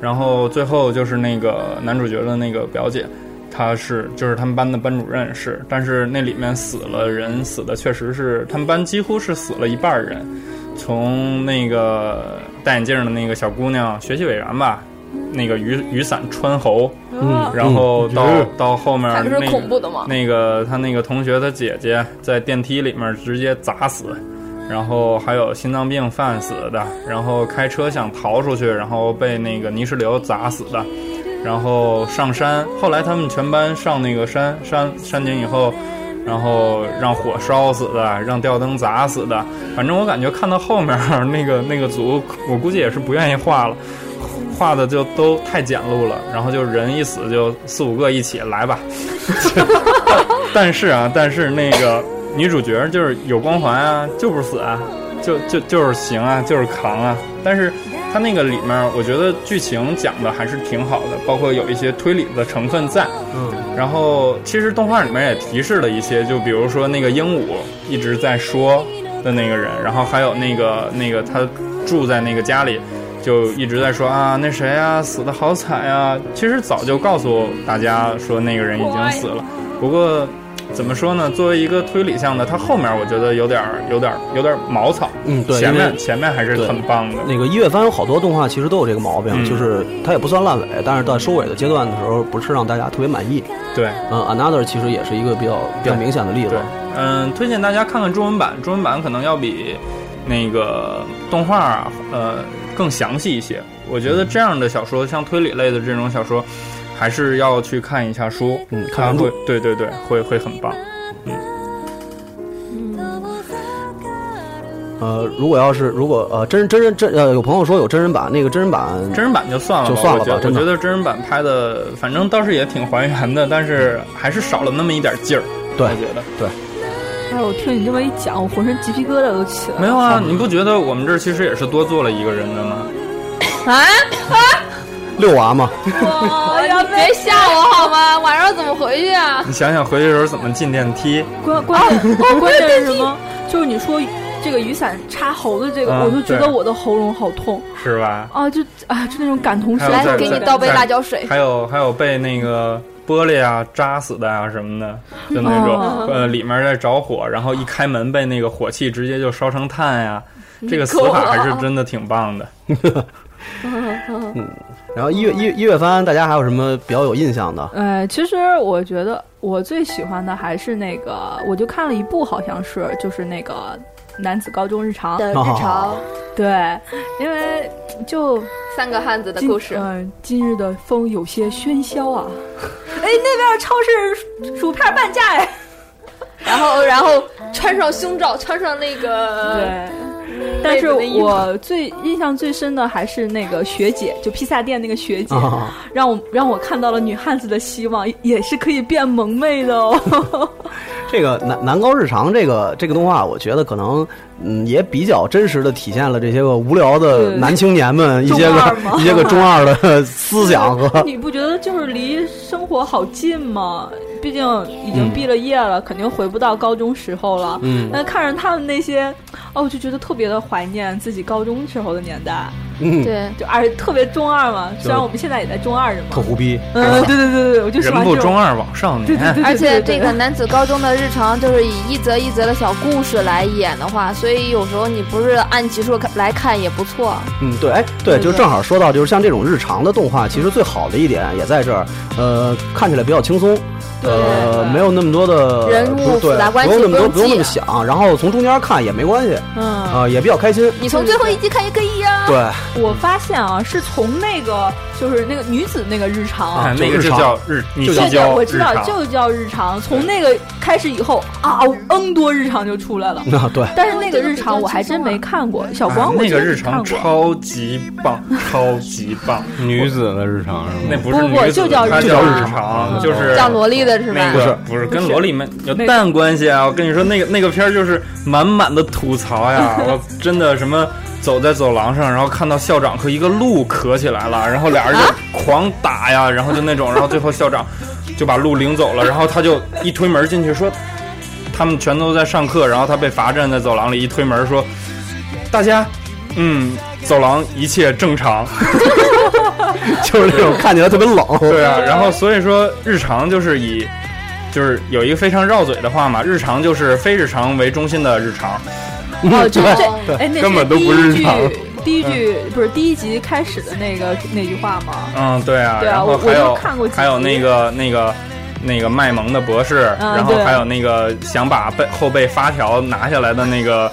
然后最后就是那个男主角的那个表姐，她是就是他们班的班主任是，但是那里面死了人，死的确实是他们班几乎是死了一半儿人，从那个戴眼镜儿的那个小姑娘学习委员吧，那个雨雨伞穿喉，
嗯
然后到、
嗯
到后面
反正
那
是
个
恐怖的嘛。
那个他那个同学的姐姐在电梯里面直接砸死，然后还有心脏病犯死的，然后开车想逃出去，然后被那个泥石流砸死的，然后上山，后来他们全班上那个山山山顶以后。然后让火烧死的，让吊灯砸死的，反正我感觉看到后面儿那个 那个组，我估计也是不愿意画了，画的就都太简陋了。然后就人一死就四五个一起来吧， 但是啊，但是那个女主角就是有光环啊，就不死啊，就就就是行啊，就是扛啊。但是它那个里面，我觉得剧情讲的还是挺好的，包括有一些推理的成分在。
嗯，
然后其实动画里面也提示了一些，就比如说那个鹦鹉一直在说的那个人，然后还有那个那个他住在那个家里，就一直在说啊那谁啊死的好惨呀、其实早就告诉大家说那个人已经死了，不过怎么说呢？作为一个推理向的，它后面我觉得有点儿有点儿有点儿毛草，
嗯对
前
因
面
为
前面还是很棒的。
那个一月番有好多动画其实都有这个毛病，
嗯
就是它也不算烂尾，但是到收尾的阶段的时候，不是让大家特别满意。
对，
嗯，Another 其实也是一个比较比较明显的例子
对。，嗯，推荐大家看看中文版，中文版可能要比那个动画啊呃更详细一些。我觉得这样的小说，像推理类的这种小说，还是要去看一下书，
嗯看
它
原著
会，对对对，会会很棒。
呃，如果要是如果呃真真人真呃有朋友说有真人版，那个真人版
真人版就算了吧，
嗯就算了吧
我觉得
真
我
的
觉得真人版拍的，反正倒是也挺还原的，但是还是少了那么一点劲儿。
对
我觉得
哎，我听你这么一讲，我浑身鸡皮疙瘩都起来
没
了。
有啊，你不觉得我们这儿其实也是多做了一个人的吗？
六娃嘛，
哦
哎呀，你别吓我好吗？晚上怎么回去啊？
你想想回去的时候怎么进电梯？
关关键哦关键是什么？就是你说这个雨伞插喉的这个，
嗯
我就觉得
对
我的喉咙好痛
是吧？
啊！就啊，就那种感同身
还有在
受。
来，给你
在
倒杯
在
辣椒水。
还有还有被那个玻璃啊扎死的啊什么的，就那种、
哦
呃里面在着火，然后一开门被那个火气直接就烧成炭呀、这个死法还是真的挺棒的。
啊
啊
嗯然后一月一月一月番，大家还有什么比较有印象的？
呃，其实我觉得我最喜欢的还是那个，我就看了一部，好像是就是那个男子高中日常。
的日常，
对，因为就
三个汉子的故事
今。嗯、今日的风有些喧嚣啊。哎，那边超市薯片半价哎。
然后，然后穿上胸罩，穿上那个，
对。但是
妹子的衣服
我最印象最深的还是那个学姐，就披萨店那个学姐，
哦
啊
让我让我看到了女汉子的希望，也是可以变萌妹的 哦。
这个南南高日常这个这个动画，我觉得可能嗯也比较真实的体现了这些个无聊的
对
男青年们一
嗯中
些
二
个
嘛
一些个中二的思想和
你不觉得就是离生活好近吗？毕竟已经毕了业了，肯定回不到高中时候了。
嗯
那看着他们那些，哦，我就觉得特别的怀念自己高中时候的年代，
嗯
对，
就而且特别中二嘛。虽然我们现在也在中二着
特
嘛。
胡逼，
嗯，对对对对，我就喜
人
欢
不
这
中
种。
二枉少
对对
年
对，，
而
对
且这
对
个男子高中的日常就是以一则一则的小故事来演的话，所以有时候你不是按集数看来看也不错。
嗯，对，哎，对，
对
就
对
正好说到，就是像这种日常的动画，其实最好的一点也在这儿，呃，看起来比较轻松，呃，
对
没有那么多的
人
不
物
对
复杂关
不用
系
那么多，不
不用
用那么
记啊
想，然后从中间看也没关系，
嗯。
啊、也比较开心。
你从最后一集看也可以呀、
对，
我发现啊，是从那个就是那个女子那个日常啊
哎
就
那个
日
是
常
叫日，你
就
对
是
对，
叫
我
日
知道，
常。
就叫日常。从那个开始以后啊，嗯多日常就出来了。
那、对，
但是那个日常我还真没看过，小
啊
光我
那
记
个
得
日
你看
常
过。
超级棒，超级棒。
女子的日常是吗？
那不是
不
女
不
子
就叫
它
日
叫
常
日常，
嗯
就是
叫萝莉的是吧？
那个不是跟萝莉们有蛋关系啊！我跟你说，那个那个片儿就是满满的吐槽 呀！我真的什么走在走廊上，然后看到校长和一个鹿咳起来了，然后俩人就狂打呀，然后就那种，然后最后校长就把鹿领走了，然后他就一推门进去说，他们全都在上课，然后他被罚站在走廊里，一推门说，大家，嗯，走廊一切正常。
就是那种看起来特别冷，
对啊，然后所以说日常就是以，就是有一个非常绕嘴的话嘛，日常就是非日常为中心的日常。
哦，就
对
是 这，哎，那是
根本都不
第一
日
句
常。
第一句不是第一集开始的那个那句话吗？
嗯，对啊，
对啊
然
我
后
我
还
就
有
看过几集
还有那个那个。那个卖萌的博士，
嗯
然后
对
还有那个想把背后背发条拿下来的那个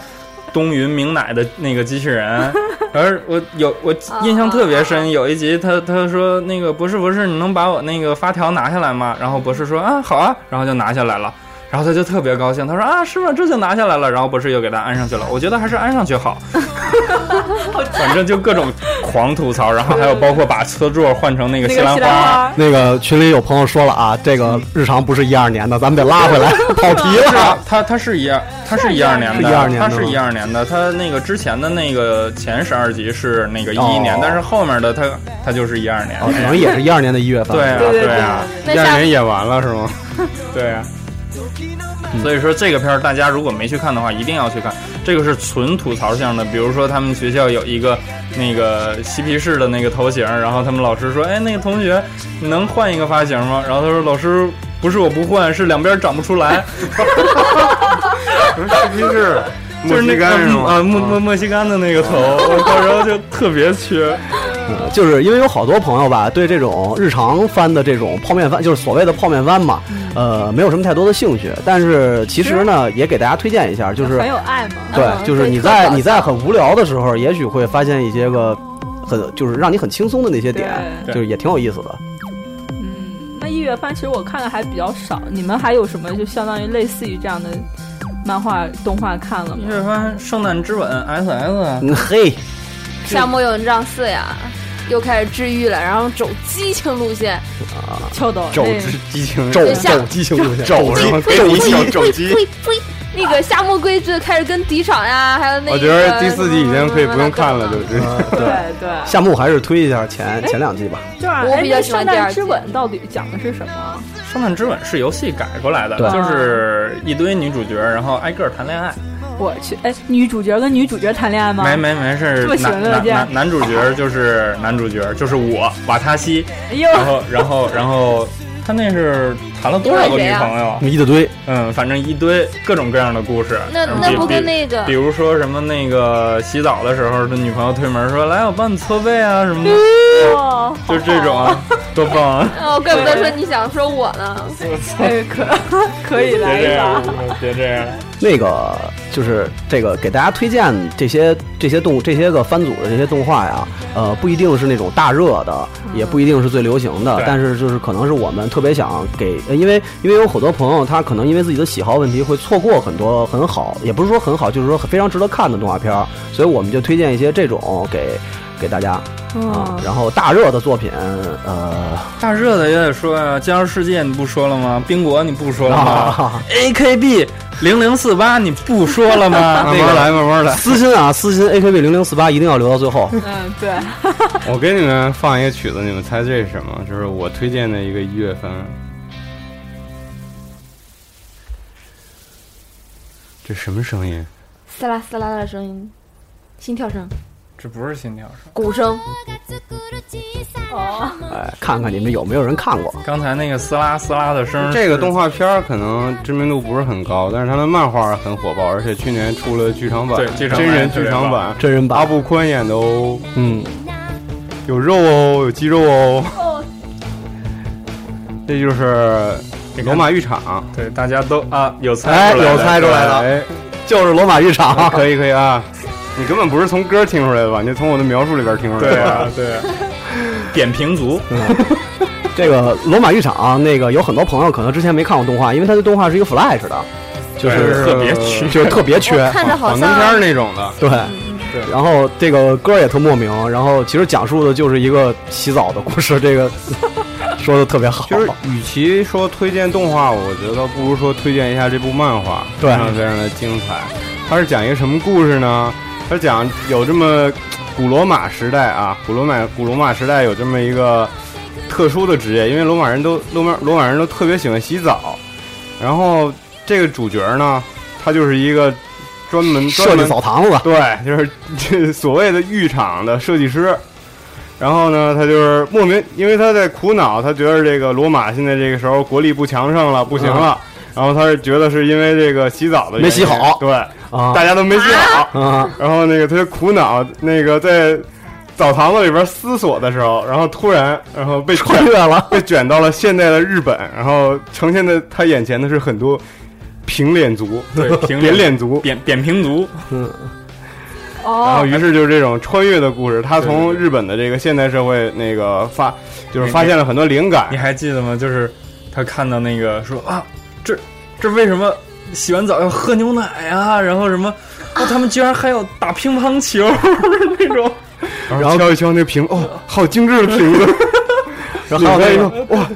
东云明乃的那个机器 人，而我有我
哦
印象特别深，有一集他他说那个博士博士，你能把我那个发条拿下来吗？然后博士说啊好啊，然后就拿下来了。然后他就特别高兴，他说啊，是吗？这就拿下来了。然后博士又给他安上去了，我觉得还是安上去好。反正就各种狂吐槽，然后还有包括把车座换成那个
那
西
个
兰
西兰
花，
花，
那个呃群里有朋友说了啊，这个日常不是一二年的，咱们得拉回来， 跑题
是啊
了。，
他他是一二，他是一二年的，
是12年的
他是
吗
一二年的，他那个之前的那个前十二集是那个一一年
哦，
但是后面的他他就是一二年
哦，可能也是一二年的一月份。
对啊，对啊，
那
第二
下
年演完了是吗？
对啊。嗯所以说这个片儿大家如果没去看的话，一定要去看。这个是纯吐槽向的，比如说他们学校有一个那个嬉皮士的那个头型，然后他们老师说：“哎，那个同学，你能换一个发型吗？”然后他说：“老师，不是我不换，是两边长不出来。”
嬉皮士，
就是那个啊，墨 墨墨西哥的那个头，我靠，然后就特别缺。
嗯就是因为有好多朋友吧，对这种日常番的这种泡面番，就是所谓的泡面番嘛，
嗯
呃，没有什么太多的兴趣。但是其实呢，也给大家推荐一下，就是
很有爱嘛。
对，
嗯
就是
对
你
特搞
在
笑
你在很无聊的时候，也许会发现一些个很就是让你很轻松的那些点，
对
就是也挺有意思的。
嗯，那一月番其实我看的还比较少，你们还有什么就相当于类似于这样的漫画动画看了吗？
叶帆《圣诞之吻》S S，啊
嗯，
哦
嘿，
夏目友人帐四呀，又开始治愈了，然后走激情路线，呃
秋斗
肘
那
之激情，
肘
下
肘激情路线，
肘什么？给你一小肘击。
呸呸，那个夏目圭治开始跟敌场呀，还有那个
我觉得第四季已经可以不用看了，就
嗯
什么什么什么
是
对对，
夏目还是推一下前前两季吧。
就是哎
我比较
那
喜欢
圣
第二
诞
季
之吻到底讲的是什么？
《圣诞之吻》是游戏改过来的，
对
就是一堆女主角，然后挨个儿谈恋爱。
我去，哎，女主角跟女主角谈恋爱吗？
没没没事
这么，
男
行啊
男
这样
男男主角就是男主角，就是我瓦塔西。
哎呦，
然后然后然后他那是谈了多少个女朋友？
一大堆，
嗯，反正一堆各种各样的故事。
那
嗯
那
比
不跟
比
那个
比如说什么那个洗澡的时候，他女朋友推门说：“来，我帮你搓背啊什么的。”
哇
就是这种啊，多棒啊！
哦，怪不得说你想说 我呢。
哎，可可以来一把。
别这样，
那个就是这个给大家推荐这些这些动这些个番组的这些动画呀，呃，不一定是那种大热的，也不一定是最流行的
对，
但是就是可能是我们特别想给，呃因为因为有好多朋友他可能因为自己的喜好问题会错过很多很好，也不是说很好，就是说非常值得看的动画片儿，所以我们就推荐一些这种给给大家啊、
哦
嗯，
然后大热的作品，呃，
大热的也得说呀、加入世界》你不说了吗？冰果你不说了吗、
啊
a k b 零零四八你不说 了吗？
啊
慢
那
慢
个
来，慢慢来。
私心啊，私心 AKB 零零四八一定要留到最后。
嗯，对，
我给你们放一个曲子，你们猜这是什么？就是我推荐的一个一月份。这什么声音？
撕拉撕拉的声音，心跳声、
这不是心跳声，
鼓声，
哦，
哎，看看你们有没有人看过？
刚才那个撕拉撕拉的声。
这个动画片儿可能知名度不是很高，但是它的漫画很火爆，而且去年出了剧场版，
对剧场版
真人剧场版，
真人
阿
版，
部宽演的哦，
嗯，
有肉哦，有肌肉 哦。这就是罗马浴场，
对，大家都啊有猜
哎，
出来的
有猜出来了，
哎，
就是罗马浴
啊，
场。
可以可以啊，你根本不是从歌听出来的吧？你从我的描述里边听出来的。
对啊，对啊，扁平 足，
这个罗马浴场，那个有很多朋友可能之前没看过动画，因为它的动画是一个 Flash 的，就
对
是
特别曲
就是特别缺。 啊
看着好
仿真片
像嗯
儿那种的，
对，然后这个歌也特莫名，然后其实讲述的就是一个洗澡的故事，这个 说的特别好。
就是与其说推荐动画，我觉得不如说推荐一下这部漫画，
对
非常非常的精彩。它是讲一个什么故事呢？它讲有这么古罗马时代啊，古罗马古罗马时代有这么一个特殊的职业，因为罗马人都罗马罗马人都特别喜欢洗澡，然后这个主角呢，他就是一个专门
设
专
计
门
澡堂子，
对，就是这所谓的浴场的设计师。然后呢，他就是莫名，因为他在苦恼，他觉得这个罗马现在这个时候国力不强盛了，不行了。然后他是觉得是因为这个洗澡的原因
啊没洗好
对，
啊
大家都没洗好。
啊，
然后那个他就苦恼，那个在澡堂子里边思索的时候，然后突然，然后被
穿
卷
越了。
被卷到了现代的日本，然后呈现在他眼前的是很多平脸族、
对，平
扁脸族、嗯
扁扁平足，
然后，
哦，
于是就是这种穿越的故事，他从
对
日本的这个现代社会那个发，就是
你
发现了很多灵感
你。还记得吗？就是他看到那个说啊，这这为什么洗完澡要喝牛奶啊？然后什么，哦，他们居然还有打乒乓球 那种，
然
然后
敲一敲那个瓶，哦，好精致的 瓶子。
然后
拧
还
开
有
一个
那个，
哇，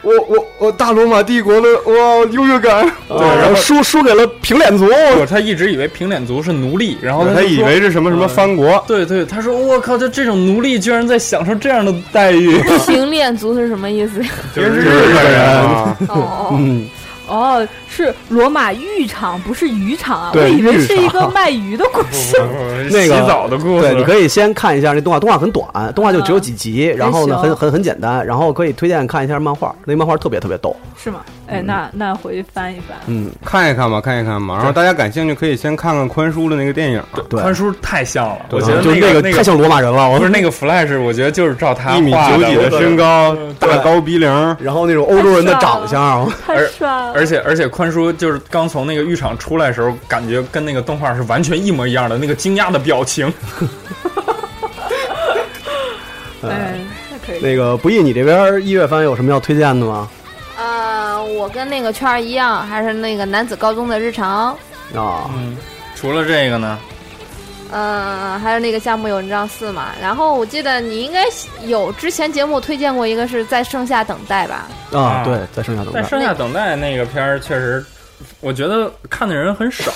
我我我大罗马帝国的哇优越感。 哦
啊然后输输给了平脸族，
哦
我他一直以为平脸族是奴隶，然后
他
就说呃
以为是什么什么藩国，
对对，他说我靠，就这种奴隶居然在享受这样的待遇，
平脸族是什么意思呀？
就是日本人啊。
哦，
嗯，
哦，是罗马浴场，不是渔场啊，我
对
以为是一
浴
个
场
卖鱼的故事。
那个
洗澡的故事，
对，你可以先看一下那动画，动画很短，动画就只有几集，
嗯
然后呢，
行
很很很简单，然后可以推荐看一下漫画，那漫画特别特别逗，
是吗？哎，
嗯
那那回去翻一翻。
嗯，
看一看吧，看一看吧。然后大家感兴趣可以先看看宽叔的那个电影，啊
对，
宽叔太像了，我
对
觉得
就是
那个
太像罗马人了，我
不是那个 Flash，我觉得就是照他
一米
画
九几
的
的身高，大
对
高鼻梁。
然后那种欧洲人的长相，啊
太帅了！
而且而且宽叔就是刚从那个浴场出来的时候，感觉跟那个动画是完全一模一样的，那个惊讶的表情。
嗯
哎，那可以。
呃那个不易，你这边一月番有什么要推荐的吗？
呃，我跟那个圈儿一样，还是那个男子高中的日常，
啊，
嗯，除了这个呢，
嗯，还有那个夏目友人帐四嘛。然后我记得你应该有之前节目推荐过一个是在盛夏等待吧？
啊，
啊
对，在剩下等
但
待，
剩下等待那个片儿确实，我觉得看的人很少。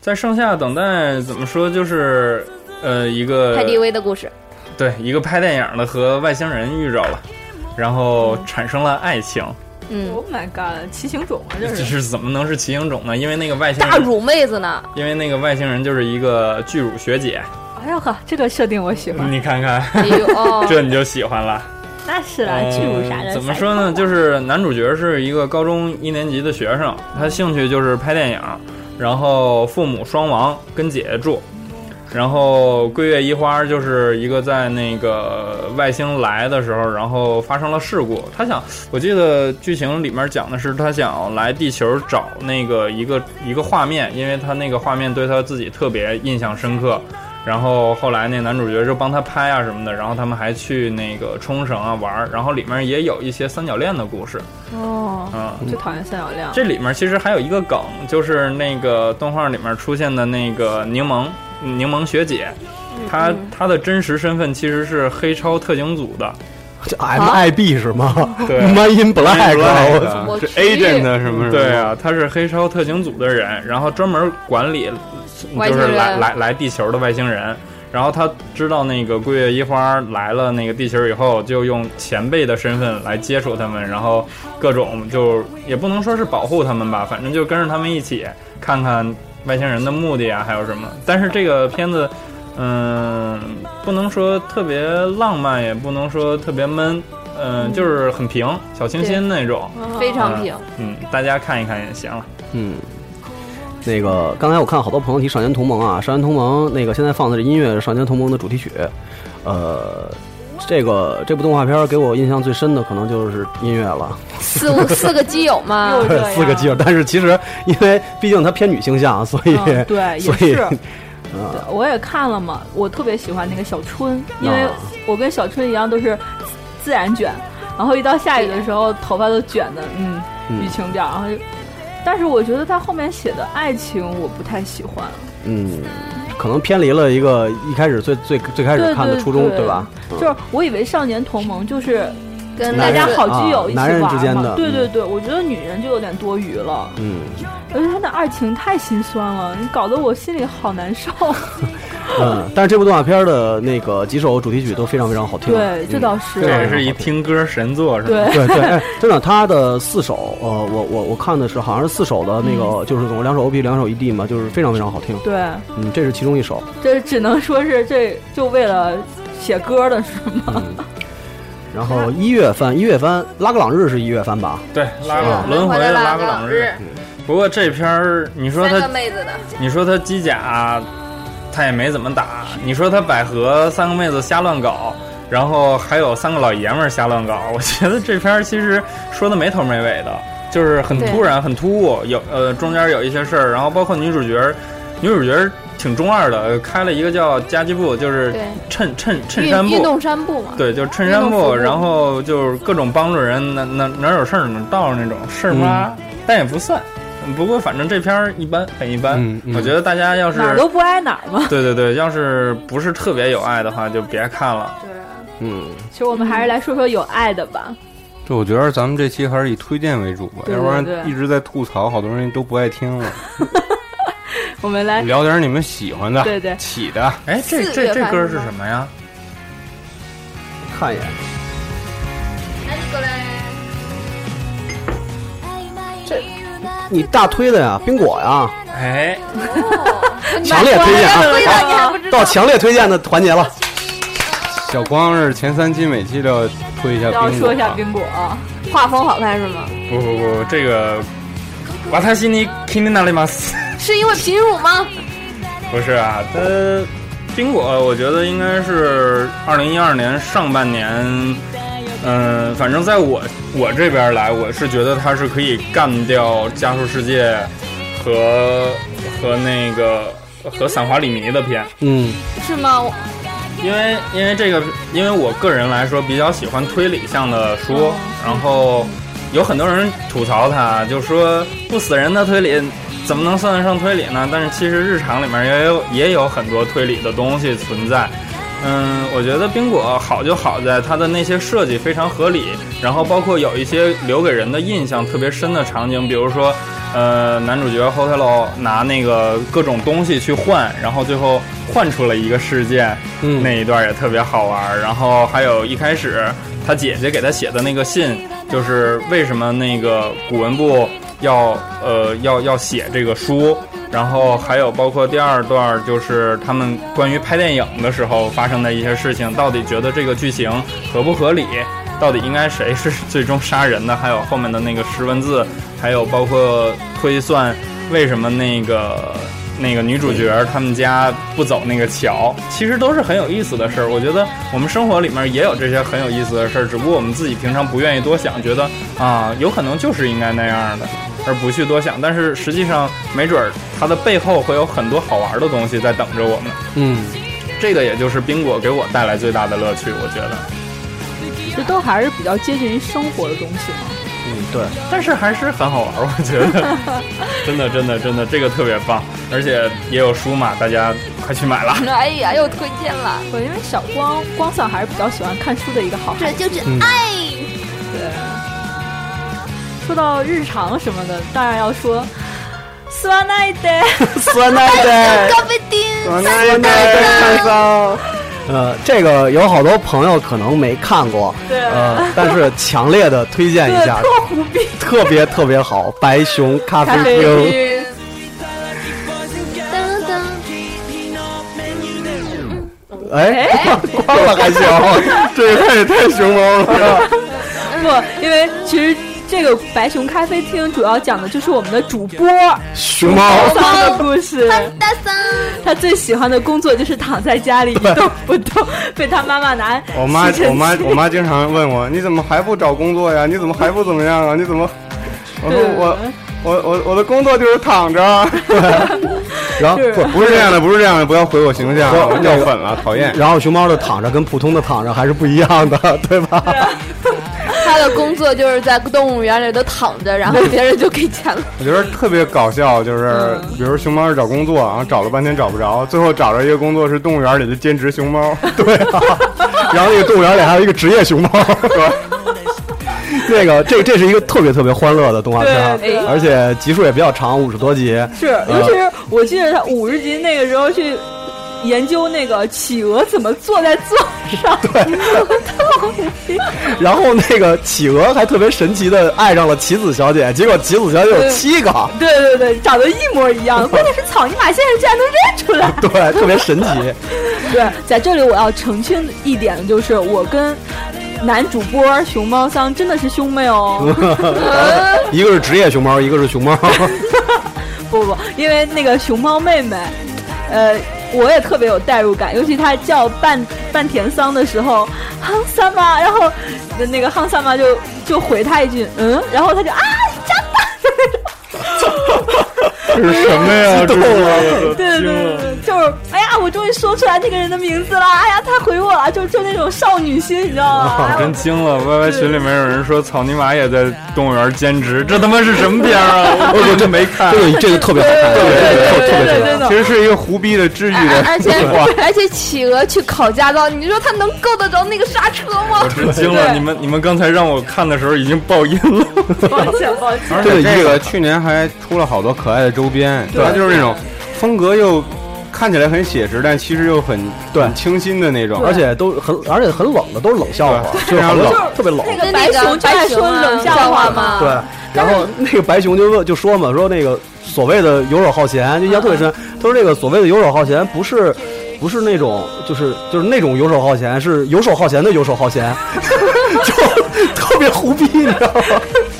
在盛夏等待怎么说，就是呃一个
泰迪威的故事，
对一个拍电影的和外星人遇着了，然后产生了爱情。
嗯，
Oh my god，骑行种啊，这
这
是
是怎么能是骑行种呢？因为那个外星
大
人，
乳妹子呢？
因为那个外星人就是一个巨乳学姐，
哎呀呵，这个设定我喜欢。
你看看。，
哎呦哦
这你就喜欢了。
那是啦，巨乳啥人？
嗯怎么说呢？就是男主角是一个高中一年级的学生，他兴趣就是拍电影，然后父母双亡，跟姐姐住。然后桂月一花就是一个在那个外星来的时候，然后发生了事故。他想，我记得剧情里面讲的是他想来地球找那个一个一个画面，因为他那个画面对他自己特别印象深刻。然后后来那男主角就帮他拍啊什么的，然后他们还去那个冲绳啊玩儿，然后里面也有一些三角恋的故事。
哦，
嗯，
最讨厌三角恋了。
这里面其实还有一个梗，就是那个动画里面出现的那个柠檬柠檬学姐，她她的真实身份其实是黑超特警组的，
这
啊
MIB 是吗？
对
m a in Black，啊
Man in
我
Black 啊
操
啊我
这
去
agent 什么什么？
对，啊，她是黑超特警组的人，然后专门管理
外
就
星
是
人
来来来地球的外星人。然后她知道那个桂月一花来了那个地球以后，就用前辈的身份来接触他们，然后各种就也不能说是保护他们吧，反正就跟着他们一起看看外星人的目的啊，还有什么。但是这个片子，嗯，不能说特别浪漫，也不能说特别闷，嗯，就是很平，小清新那种。
非常平。
嗯，大家看一看也行了。
嗯，那个刚才我看好多朋友提《少年同盟》啊，《少年同盟》那个现在放的这音乐是《少年同盟》的主题曲，呃，这个这部动画片儿给我印象最深的可能就是音乐了，
四五四 个基友 嘛，
又这样
四个基友，但是其实因为毕竟它偏女性向，所以、
嗯对，
所
也
以呃
是。对我也看了嘛，我特别喜欢那个小春，因为
啊
我跟小春一样都是自自然卷，然后一到下雨的时候头发都卷的，嗯，
嗯
雨情调，然后就，但是我觉得他后面写的爱情我不太喜欢，
嗯，可能偏离了一个一开始最最最开始
对
看的
对
初衷，
对
吧？
就是我以为少年同盟就是
跟
嗯男
大
大
人
家
家好
好基友一起
啊男人之
玩
间
嘛
的，
对对对，我觉得女人就有点多余了，
嗯，
而且他的爱情太心酸了，你搞得我心里好 难受。
嗯，但是这部动画片儿的那个几首主题曲都非常非常好听，
对，这
嗯
倒是
这
对
也是一听歌神作是吧？
对，
对对，哎真的，他的四首，呃，我我我看的是好像是四首的那个，就是总共两首 OP，两首 ED 嘛，就是非常非常好听。
嗯对，
嗯，这是其中一首。
这只能说是这就为了写歌的是吗？
嗯，然后一月番，一月番，拉格朗日是一月番吧？
对，拉
是
个
啊
轮回
的
拉
格
格朗
日，，
不过这片儿，你说
三个
他，
妹子的，
你说他机甲，他也没怎么打；你说他百合，三个妹子瞎乱搞，然后还有三个老爷们儿瞎乱搞。我觉得这片儿其实说的没头没尾的，就是很
对
突然、很突兀。有呃，中间有一些事儿，然后包括女主角儿，女主角儿挺中二的，呃开了一个叫夹击部，就是
对，
衬衬衬衫
运
部
运。动衫布嘛，
对，就是衬
运
衫
动服
布，
务
然后就是各种帮助人，哪哪哪有事儿哪到那种事
嗯
儿吗？但也不算。不过反正这片儿一般，很一般。
嗯嗯
我觉得大家要是
哪儿都不挨哪儿 嘛。
对对对，要是不是特别有爱的话，就别看了。
啊
嗯，
其实我们还是来说说有爱的吧。
就我觉得咱们这期还是以推荐为主吧，
对对
要不
对
然一直在吐槽，好多人都不爱听了。
我们来，
聊点你们喜欢的、
对对
起的，
哎，这
四
这
月
这
份
歌是
是吗
什么呀？
看一眼，你大推的呀，冰果呀，
哎，
哦
强烈推荐啊！
到你还不知
到强烈推荐的环节了。
小光是前三期每期都要推一下
要
冰果
说
啊
一下冰果，啊
画风好看是吗？
不不不，这个瓦塔西尼 k i m i n a l i m a s
是因为贫乳吗？
不是啊，它冰果我觉得应该是二零一二年上半年，嗯、反正在我我这边来，我是觉得它是可以干掉加速世界和和那个和散华里迷的片。
嗯
是吗？我
因为因为这个，因为我个人来说比较喜欢推理向的书，然后有很多人吐槽它，就说不死人的推理怎么能算得上推理呢？但是其实日常里面也有也有很多推理的东西存在。嗯，我觉得冰果好就好在它的那些设计非常合理，然后包括有一些留给人的印象特别深的场景，比如说，呃，男主角 h o t e l 拿那个各种东西去换，然后最后换出了一个事件，
嗯
那一段也特别好玩儿。然后还有一开始他姐姐给他写的那个信，就是为什么那个古文部要呃要要写这个书，然后还有包括第二段就是他们关于拍电影的时候发生的一些事情，到底觉得这个剧情合不合理？到底应该谁是最终杀人的？还有后面的那个识文字，还有包括推算为什么那个那个女主角他们家不走那个桥，其实都是很有意思的事儿。我觉得我们生活里面也有这些很有意思的事儿，只不过我们自己平常不愿意多想，觉得啊，有可能就是应该那样的，而不去多想。但是实际上，没准儿它的背后会有很多好玩的东西在等着我们。
嗯，
这个也就是冰果给我带来最大的乐趣，我觉得。
这都还是比较接近于生活的东西嘛。
嗯，对，
但是还是很好玩，我觉得， 真的真的真的，这个特别棒，而且也有书嘛，大家快去买了。
哎呀，又推荐了，
我因为小光光嫂还是比较喜欢看书的一个好
这
孩子。
就是
嗯
爱。
说到日常什么的，当然要说。 斯瓦奈德，
酸奶的。
高飞丁，
奶奶桑。呃，这个有好多朋友可能没看过，
对
呃，但是强烈的推荐一下，
特胡逼，
特别特别好，白熊咖
咖
啡
啡
厅，
厅，
噔噔，
哎，关关了还行，这也太也太熊猫了，
不，因为其实这个白熊咖啡厅主要讲的就是我们的主播
熊猫，
桑的故事。
大桑，
他最喜欢的工作就是躺在家里一动不动，被他妈妈拿
我妈
吸尘器
我妈我妈经常问我，你怎么还不找工作呀？你怎么还不怎么样啊？你怎么？我说
对
我我我我的工作就是躺着，
然后
是
不
不是这样的，不是这样的，不要毁我形象啊，
不
我
是
掉粉了，讨厌。
然后熊猫的躺着跟普通的躺着还是不一样 的，对吧？
他的工作就是在动物园里都躺着，然后别人就给钱了。
我觉得特别搞笑，就是
嗯
比如熊猫找工作，然后找了半天找不着，最后找着一个工作是动物园里的兼职熊 猫，
对啊，然后那个动物园里还有一个职业熊猫，是吧？那个，这这是一个特别特别欢乐的动画片儿
对对，哎
而且集数也比较长，五十多集。 呃
是，尤其是我记得他五十集那个时候去研究那个企鹅怎么坐在座上， 对，
然后那个企鹅还特别神奇的爱上了棋子小姐，结果棋子小姐有七个，
对对对，长得一模一样，关键是草泥马先生竟然能认出来。
对，特 别神奇。
对，在这里我要澄清一点的就是，我跟男主播熊猫桑真的是兄妹
嗯
哦。
一个是职业熊猫，一个是熊猫。
不不，因为那个熊猫妹妹，呃，我也特别有代入感，尤其她叫半半田桑的时候，夯桑妈，然后呃那个夯桑妈就就回她一句嗯，然后她就啊，你真
这是什么呀？这是
对对
啊
对对，就是哎呀，我终于说出来那个人的名字了，哎呀，他回我了，就就那种少女心，你知道
哦
吗？然后
真惊了！Y Y 群里面有人说草泥马也在动物园兼职，这他妈是什么片儿啊？我真没看
这。个这个特别好看，特别特别特别特别。
真的
其实是一个胡逼的治愈的
而且
动画。
而且企鹅去考驾照，你说他能够得着那个刹车吗
我？真惊了！你们你们刚才让我看的时候已经爆音 了。
抱歉抱歉，
而
这
且
个
这
一
个去年还出了好多可爱的周边，它就是那种风格又看起来很写实，但其实又很
对
很清新的那种。
而且都很， 而且很冷的，都是冷笑话，
对
就是很
非
冷
常，
特别冷。
那
那
个白熊就爱
白
说
啊
冷
笑
话
嘛，
对，然后那个白熊就问，就说嘛，说那个所谓的游手好闲，就印象特别深。他说那个所谓的游手好闲，不是不是那种，就是就是那种游手好闲，是游手好闲的游手好闲，就特别胡逼，你知道吗？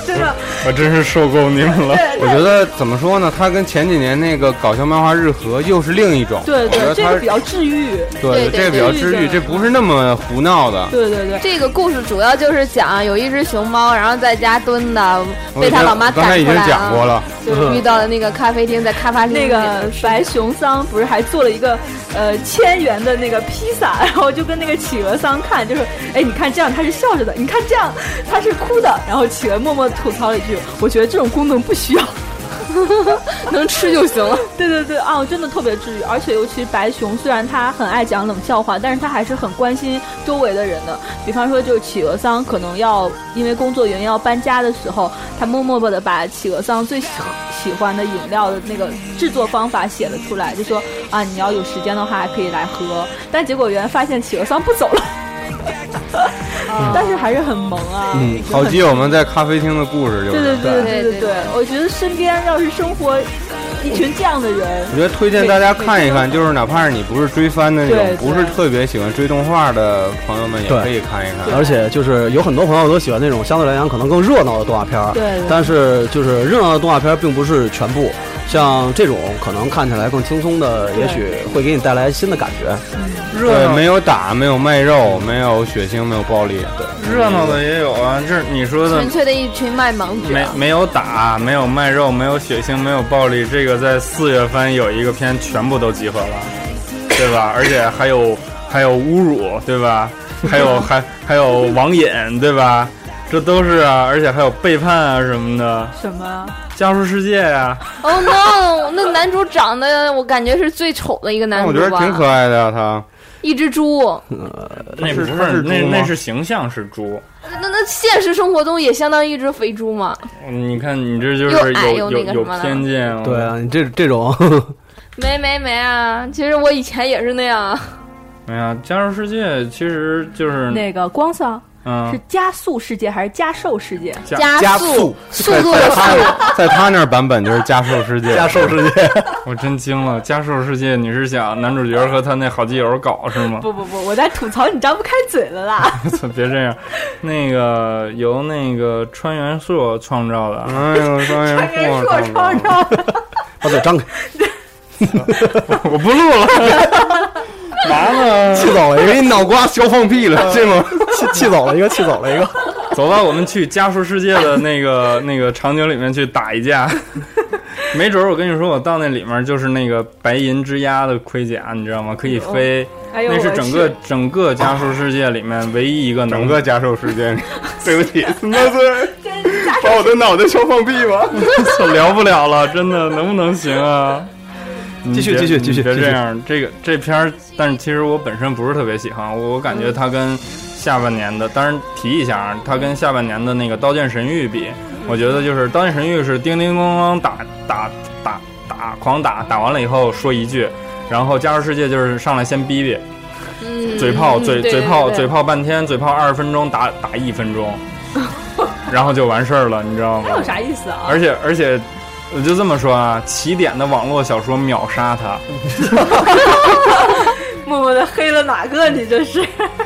真的
我真是受够你们了。
我觉得怎么说呢？它跟前几年那个搞笑漫画日和又是另一种。
对
我
对，
觉得
这个
它
比较治愈，
对
对
这个比较治愈，
对
这不是那么胡闹的。
对对对。
这个故事主要就是讲有一只熊猫，然后在家蹲的，
我
被
觉
他
得
老妈
刚才
赶
已
出
经
来
讲过
啊，
了，嗯
就是遇到了那个咖啡厅，在咖啡厅
那个白熊桑不是还做了一个呃千元的那个披萨， 然后就跟那个企鹅桑看，就是哎，你看这样它是笑着的，你看这样它是哭的，然后企鹅默默吐槽了一句：“我觉得这种功能不需要。
能吃就行了。”
对对对，啊，真的特别治愈，而且尤其白熊，虽然它很爱讲冷笑话，但是它还是很关心周围的人的。比方说，就是企鹅桑可能要因为工作原因要搬家的时候，他默默的把企鹅桑最喜喜欢的饮料的那个制作方法写了出来，就说啊，你要有时间的话还可以来喝。但结果原来发现企鹅桑不走了，
嗯
但是还是很萌啊。
嗯，
就
好
很
基友们在咖啡厅的故事就是。
对对对对
对
对对，我觉得身边要是生活一群这样的人，
我觉得推荐大家看一看，就是哪怕是你不是追番的那
对
种，
对
不是特别喜欢追动画的朋友们，也
对
可以看一看。
而且就是有很多朋友都喜欢那种相对来讲可能更热闹的动画片儿，
对对
但是就是热闹的动画片儿并不是全部，像这种可能看起来更轻松的，也许会给你带来新的感觉。
热闹
对，没有 打，没有卖肉，没有血腥，没有暴力，
热闹的也有啊，就是你说的
纯粹的一群卖萌者。
没没有打，没有卖肉，没有血腥，没有暴力，这个在四月份有一个片全部都集合了，对吧？而且还有还有侮辱，对吧？还有还还有网瘾，对吧？这都是啊，而且还有背叛啊什么的，
什么？
加入世界呀、
Oh no！那男主长得我感觉是最丑的一个男
但
主
我
吧，
觉得挺可爱的呀、他
一只猪。
那不
是他是
那
猪吗
那是形象是猪，
那那现实生活中也相当于一只肥猪嘛？
你看你这就
又
是
矮
有
又
有
那个
有
什么了
偏见、哦，
对啊，你这这种
没没没啊！其实我以前也是那样， 啊
哎呀，加入世界其实就是
那个光嫂
嗯
是，加速世界还是加瘦世界？
加
加
速
速
速度的速，
在他那儿版本就是加兽世界，
加兽世界，
我真惊了，《家兽世界》，你是想男主角和他那好基友搞是吗？
不不不，我在吐槽你张不开嘴了啦！
操， 别这样。那个由那个川原朔创造的，
哎呦，双人
别
破
说创造
把嘴张开，
我不录了。嘛呢？
气 走了，一个脑瓜削放屁了，这吗？
气气走了一个，气走了一个。
走吧，我们去《家兽世界》的那个那个场景里面去打一架。没准儿我跟你说，我到那里面就是那个白银之鸦的盔甲，你知道吗？可以飞，
哎呦，
那是
我
整
去
个整个《家兽世界》里面唯一一个能
整个加兽 世界，对不起，孙大孙，把我的脑袋削放屁 吧。
操，聊不了了，真的，能不能行 啊？
继续
你别
继续继续
你别
继续
这样。这个这片儿，但是其实我本身不是特别喜欢，我我感
嗯
觉它跟下半年的，当然提一下啊，它跟下半年的那个《刀剑神域》比，
嗯
我觉得就是《刀剑神域》是叮叮咣咣打打打打狂打，打完了以后说一句，然后《加入世界》就是上来先逼逼，
嗯，
嘴炮嘴
对
嘴炮
对对
嘴炮半天，嘴炮二十分钟打打一分 钟，然后就完事儿了，你知道吗？
那有啥意思啊？
哦而且而且，我就这么说啊，起点的网络小说秒杀 他，
默默的黑了哪个？你这是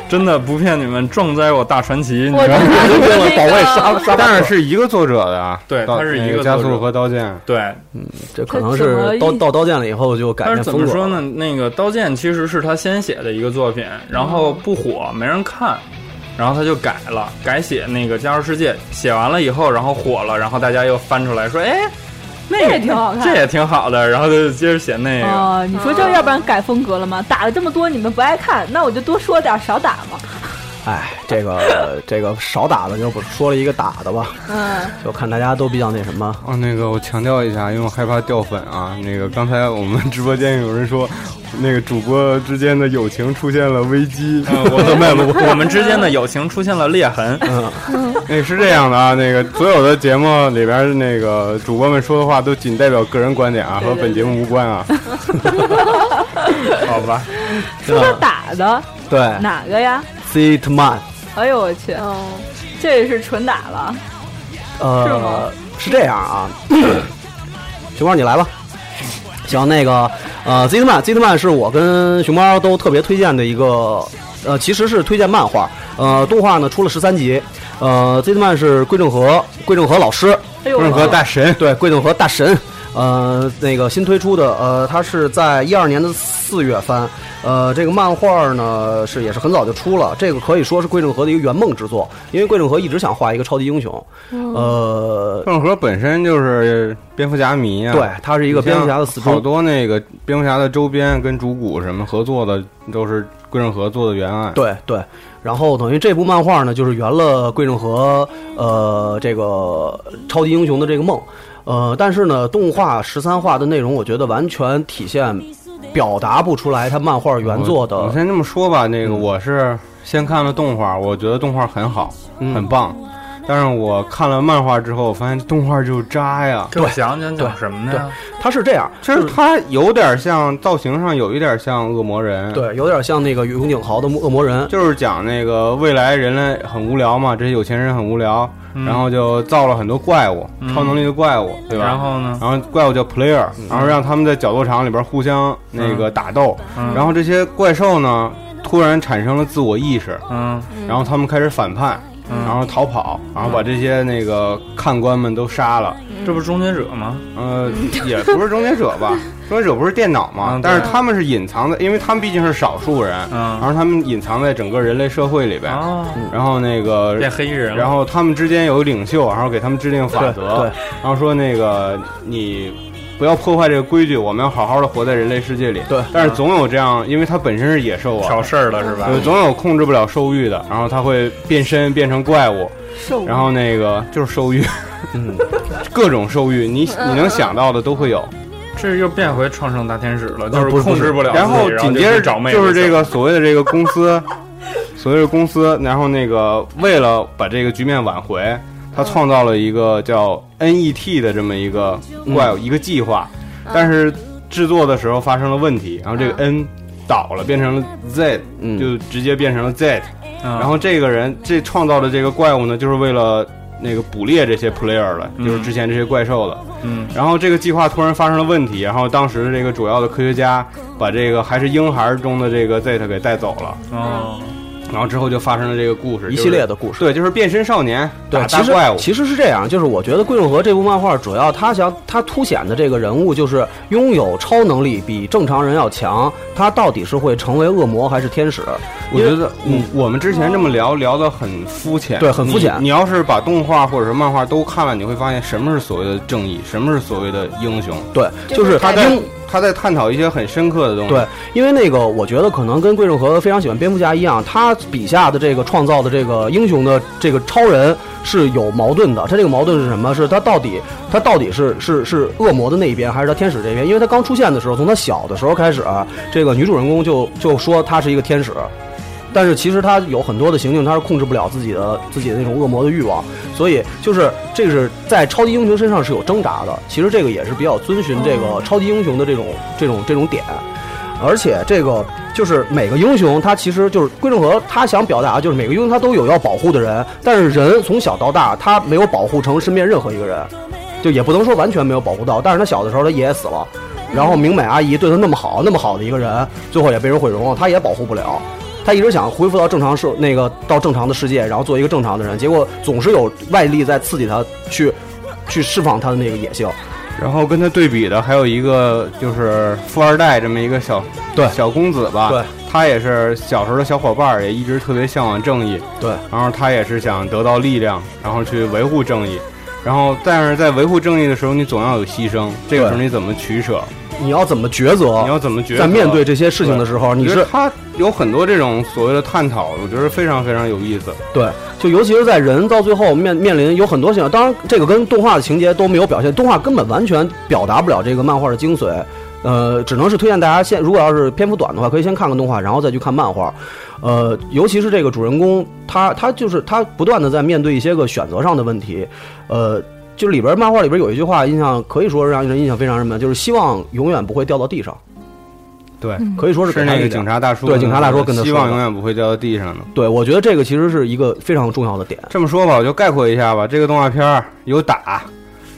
真的不骗你们，重灾我大传奇，你知道
我
吗？
为了保卫杀
但是是一个作者的啊，
对
刀
他是一
那
个
加
作者
速和刀剑，
对，
嗯这可能
这怎么
是
一
到到刀剑了以后就改
但是
变
怎
风
么
啊
格。
说呢？？那个《刀剑》其实是他先写的一个作品，然后不火，没人看，然后他就改了，改写那个《加入世界》，写完了以后，然后火了，然后大家又翻出来说，哎，那
这
个
也挺好看
这也挺好的，然后就接着写那个。嗯
哦，你说这要不然改风格了吗？打了这么多，你们不爱看，那我就多说点儿，少打嘛。
哎，这个这个少打的就不说了一个打的吧，
嗯，
就看大家都比较那什么。
哦，那个我强调一下，因为我害怕掉粉啊。那个刚才我们直播间有人说，那个主播之间的友情出现了危机。
嗯 我们 我们我们之间的友情出现了裂痕，
嗯那是这样的啊，那个所有的节目里边那个主播们说的话都仅代表个人观点啊，和本节目无关啊。
好 吧？哎
说到打的
对
哪个呀？
，Zitman，
哎呦我去，
嗯，
这也是纯打了。是吗
呃，是这样啊， 熊猫你来吧。行，那个呃，Zitman，Zitman 是我跟熊猫都特别推荐的一个，呃，其实是推荐漫画，呃，动画呢出了十三集，呃，Zitman 是桂正和，桂正和老师，
哎呦，
任何大神，
对，贵正和大神，呃，那个新推出的，呃，它是在一二年的四月番，呃，这个漫画呢是也是很早就出了，这个可以说是贵正和的一个圆梦之作，因为贵正和一直想画一个超级英雄，
嗯
呃，
郑和本身就是蝙蝠侠迷啊。
对，他是一个蝙蝠侠的
死
死
好
忠，
多那个蝙蝠侠的周边跟主骨什么合作的，都是桂正和做的原案。
对对。然后等于这部漫画呢，就是圆了桂正和呃这个超级英雄的这个梦，呃，但是呢，动画十三话的内容，我觉得完全体现表达不出来他漫画原作的。
我我先这么说吧，那个我是先看了动画，我觉得动画很好，
嗯
很棒。但是我看了漫画之后，我发现动画就是渣呀。
给我讲讲讲
对
什么呢？
他是这样，
其实它有点像造型上有一点像恶魔人，，
对，有点像那个永井豪的恶魔人。
就是讲那个未来人类很无聊嘛，这些有钱人很无聊，
嗯
然后就造了很多怪物，超能力的怪物，对吧？
然后呢？
然后怪物叫 player，、然
嗯
后让他们在角斗场里边互相那个打斗，
嗯
然后这些怪兽呢突然产生了自我意识，
嗯，
然后他们开始反叛，然后逃跑，然后把这些那个看官们都杀了。
这不是终结者吗？
呃，也不是终结者 吧？终结者不是电脑吗
嗯？
但是
对
他们是隐藏的，因为他们毕竟是少数人，
嗯
然后他们隐藏在整个人类社会里边。
啊，
然后那个
变黑衣人了，
然后他们之间有领袖，然后给他们制定法则，
对对
然后说那个你不要破坏这个规矩，我们要好好的活在人类世界里。
对
但是总有这样，因为它本身是野兽啊
挑，事儿了是吧？
对，总有控制不了兽欲的，然后它会变身变成怪物，
哦
兽
然后那个就是兽欲，
嗯，
各种兽欲，你你能想到的都会有。
这又变回创圣大天使了，
呃
就
不是
控制不了自己，
然后紧接着
就找妹子
就是这个所谓的这个公司，所谓的公司，然后那个为了把这个局面挽回，他创造了一个叫 NET 的这么一个
嗯
怪物、一个计划，但是制作的时候发生了问题，然后这个 N 倒了，变成了 Z，、
嗯
就直接变成了 Z，、
嗯，
然后这个人这创造的这个怪物呢，就是为了。那个捕猎这些 player 的，就是之前这些怪兽的，
嗯
然后这个计划突然发生了问题，然后当时这个主要的科学家把这个还是婴孩中的这个 Z 给带走了，
哦，
然后之后就发生了这个故事，
一
就是
系列的故事。
对，就是变身少年
对，
打
其
大
实
怪物，
其实是这样，就是我觉得《桂永和》这部漫画主要他想他凸显的这个人物就是拥有超能力比正常人要强，他到底是会成为恶魔还是天使？
我觉得嗯
因为嗯
我我们之前这么聊聊的很肤浅，
对很肤浅
你。你要是把动画或者是漫画都看了，你会发现什么是所谓的正义，什么是所谓的英雄，
对，就
就是
是
他
他
在他在探讨一些很深刻的东西。
对，因为那个，我觉得可能跟桂正和非常喜欢蝙蝠侠一样，他笔下的这个创造的这个英雄的这个超人是有矛盾的。他这个矛盾是什么？是他到底他到底是是是恶魔的那一边，还是他天使这边？因为他刚出现的时候，从他小的时候开始，这个女主人公就就说他是一个天使。但是其实他有很多的行径，他是控制不了自己的自己的那种恶魔的欲望，所以就是这个是在超级英雄身上是有挣扎的。其实这个也是比较遵循这个超级英雄的这种这种这种点。而且这个就是每个英雄，他其实就是归正和，他想表达的就是每个英雄他都有要保护的人，但是人从小到大他没有保护成身边任何一个人，就也不能说完全没有保护到，但是他小的时候他爷爷死了，然后明美阿姨对他那么好，那么好的一个人，最后也被人毁容了，他也保护不了。他一直想恢复到正常社那个到正常的世界，然后做一个正常的人，结果总是有外力在刺激他去去释放他的那个野性。
然后跟他对比的还有一个就是富二代这么一个小
对
小公子吧，
对，
他也是小时候的小伙伴儿，也一直特别向往正义，
对，
然后他也是想得到力量，然后去维护正义，然后但是在维护正义的时候，你总要有牺牲，这个时候你怎么取舍？
你要怎么抉择？
你要怎么抉择？
在面对这些事情的时候，
我
你
觉
是
得他有很多这种所谓的探讨，我觉得非常非常有意思。
对，就尤其是在人到最后面面临有很多情况，当然这个跟动画的情节都没有表现，动画根本完全表达不了这个漫画的精髓，呃，只能是推荐大家先，如果要是篇幅短的话，可以先看看动画，然后再去看漫画，呃，尤其是这个主人公，他他就是他不断的在面对一些个选择上的问题，呃。就里边漫画里边有一句话，印象可以说让人印象非常什么，就是希望永远不会掉到地上，
对，
可以说是
是
给他
那
一
个
点
警察大叔，
对警察大叔跟他说的
希望永远不会掉到地上的。
对，我觉得这个其实是一个非常重要的点。
这么说吧，我就概括一下吧。这个动画片儿有打，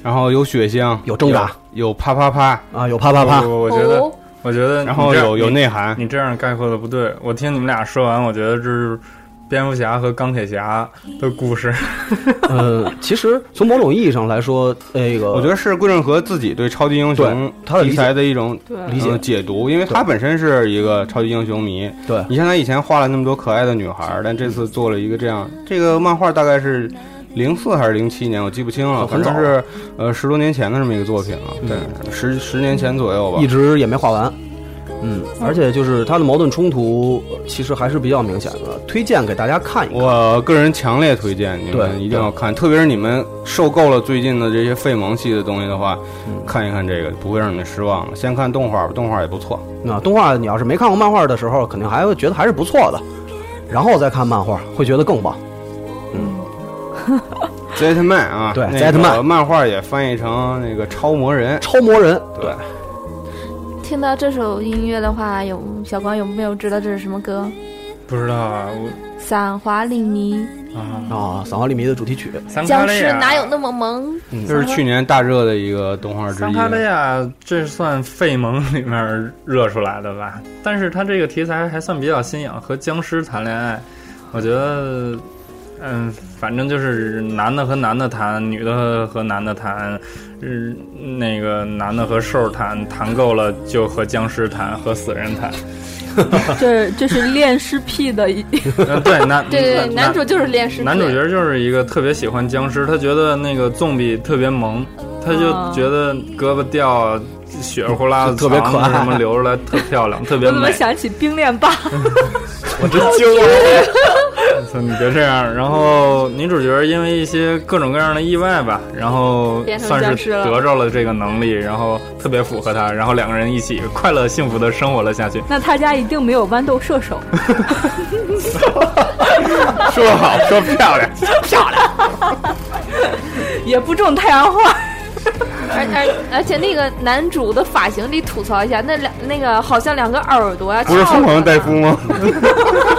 然后有血腥，
有挣扎
有，有啪啪啪，
啊，有啪啪啪，
我我觉
哦
得，我觉得，
然后有有。内涵。
你这样概括的不对，我听你们俩说完，我觉得这是蝙蝠侠和钢铁侠的故事。
呃，其实从某种意义上来说，那个
我觉得是桂正和自己对超级英雄
对他的理
题
解
材的一种
对
理解
呃解读，因为他本身是一个超级英雄迷。
对
你像他以前画了那么多可爱的女孩儿，但这次做了一个这样，这个漫画大概是零四还是零七年，我记不清了，
哦
反
很早嗯
正是呃十多年前的这么一个作品了，对，十十年前左右吧
一。直也没画完。嗯，而且就是他的矛盾冲突，呃其实还是比较明显的，推荐给大家看一看。
我个人强烈推荐你们
对
一定要看，特别是你们受够了最近的这些费萌系的东西的话，看一看这个不会让你们失望的。先看动画吧，动画也不错。
那动画你要是没看过漫画的时候，肯定还会觉得还是不错的，然后再看漫画会觉得更棒。
Zetman 嗯啊，
对
那个
Zetman
漫画也翻译成那个超魔人，
超魔人，
对，
听到这首音乐的话，有小光有没有知道这是什么歌？
不知道啊，
伞华里迷，
我啊，
啊，《散花利迷》的主题曲，
桑卡
僵
利
尸
亚
哪有那么萌？
啊
嗯
嗯这是去年大热的一个动画之
桑
一。
卡利亚，这算费蒙里面热出来的吧？但是他这个题材还算比较新颖，和僵尸谈恋爱，我觉得嗯，反正就是男的和男的谈，女的和男的谈，嗯，那个男的和兽谈，谈够了就和僵尸谈，和死人 谈。
这这是恋尸癖的一，
嗯，对，男
对对，对
男
男主就是恋尸癖，
男主角就是一个特别喜欢僵尸，他觉得那个纵比特别萌，他就
哦
觉得胳膊掉、血呼啦子、
特别可爱
肠子什么流出来特漂 亮，特别
我怎么
美。
想起冰恋吧？
我真惊了！操， 你别这样。然后女主角因为一些各种各样的意外吧，然后
变成
算
僵
是
尸了
得着了这个能力，然后特别符合她，然后两个人一起快乐幸福的生活了下去。
那他家一定没有豌豆射手。
说好 说漂亮，
也不种太阳花。
而 而而且那个男主的发型得吐槽一下，那两那个好像两个耳朵呀，
不是
翘着
疯狂
呢
戴夫吗？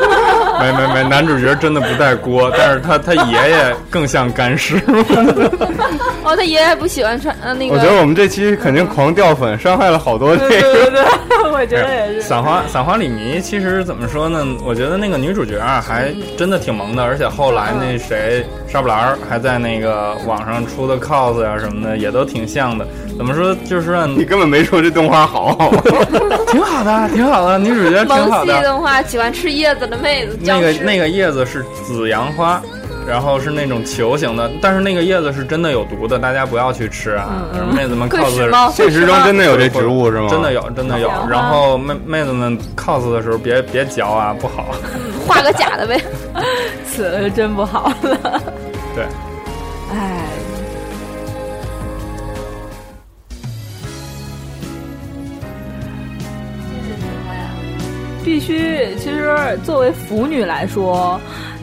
没没没，男主角真的不带锅，但是他他爷爷更像干尸。
哦，他爷爷不喜欢穿呃那 个，
我觉得我们这期肯定狂掉粉，伤害了好多这个。
对 对， 我觉得也是。
散哎花散花里迷，其实怎么说呢？我觉得那个女主角啊，还真的挺萌的，而且后来
嗯
那谁沙布兰儿还在那个网上出的 cos 啊什么的，也都挺像的。怎么说？就是让
你根本没说这动画好，
挺好的，挺好的，女主角挺
萌
好
系
的。
动画喜欢吃叶子的妹子，
那个
僵尸
那个叶子是紫阳花，然后是那种球形的，但是那个叶子是真的有毒的，大家不要去吃啊！什么妹子们
嗯 会吃
cos
猫，
现实中真的有这植物是吗？
真的。有，真的有。然后妹妹子们 cos 的时候别别嚼啊，不好。
画个假的呗。
死了真不好了。
对，
哎，必须。其实作为腐女来说，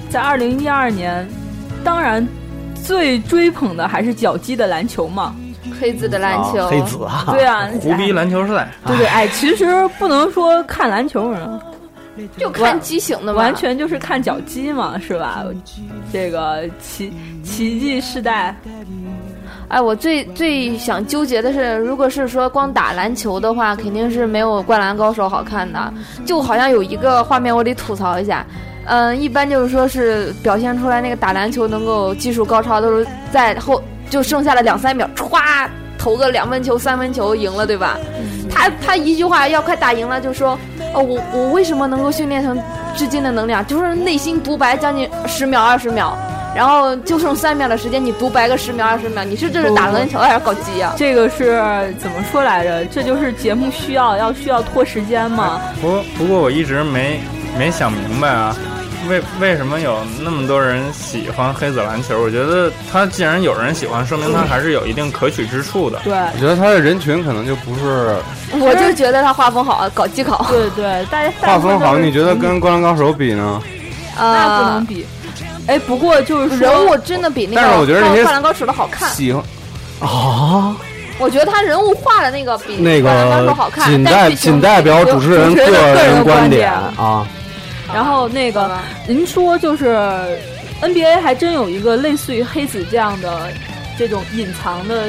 在二零一二年，当然最追捧的还是脚击的篮球嘛。
黑子的篮
哦
球，
啊黑子啊，
对啊，
胡逼篮球赛。
哎。对对，哎，其实不能说看篮球人。
就看畸形的嘛，
完全就是看脚击嘛，是吧？这个奇奇迹世代，
哎，我最最想纠结的是，如果是说光打篮球的话，肯定是没有《灌篮高手》好看的。就好像有一个画面，我得吐槽一下。嗯，一般就是说是表现出来那个打篮球能够技术高超，都是在后就剩下了两三秒，歘投个两分球、三分球赢了，对吧？他他一句话要快打赢了，就说哦，我我为什么能够训练成至今的能量，就是内心独白将近十秒二十秒，然后就剩三秒的时间，你独白个十秒二十秒，你是这是打篮球还是搞啊基呀、
这个是怎么说来着？这就是节目需要要需要拖时间嘛。
啊
不过不过我一直没没想明白啊，为为什么有那么多人喜欢黑子篮球？我觉得他既然有人喜欢，说明他还是有一定可取之处的。
对
我觉得他的人群可能就不是
我就觉得他画风好，搞基考，
对对，大家
画风好，
大部分都是
你觉得跟《灌篮高手》比呢？
那不
啊
能，比？哎，不过就是说
人物真的比那个《
但是我觉得人家
灌篮高手》的好看，
喜欢
啊，
我觉得他人物画的那个比
那
灌篮高手》
个
好看，
仅
但
代
剧情
仅代表主持人
主持人的个人
人
观
点
点
啊，
然后那
好
个
吧
您说就是 NBA 还真有一个类似于黑子这样的这种隐藏的，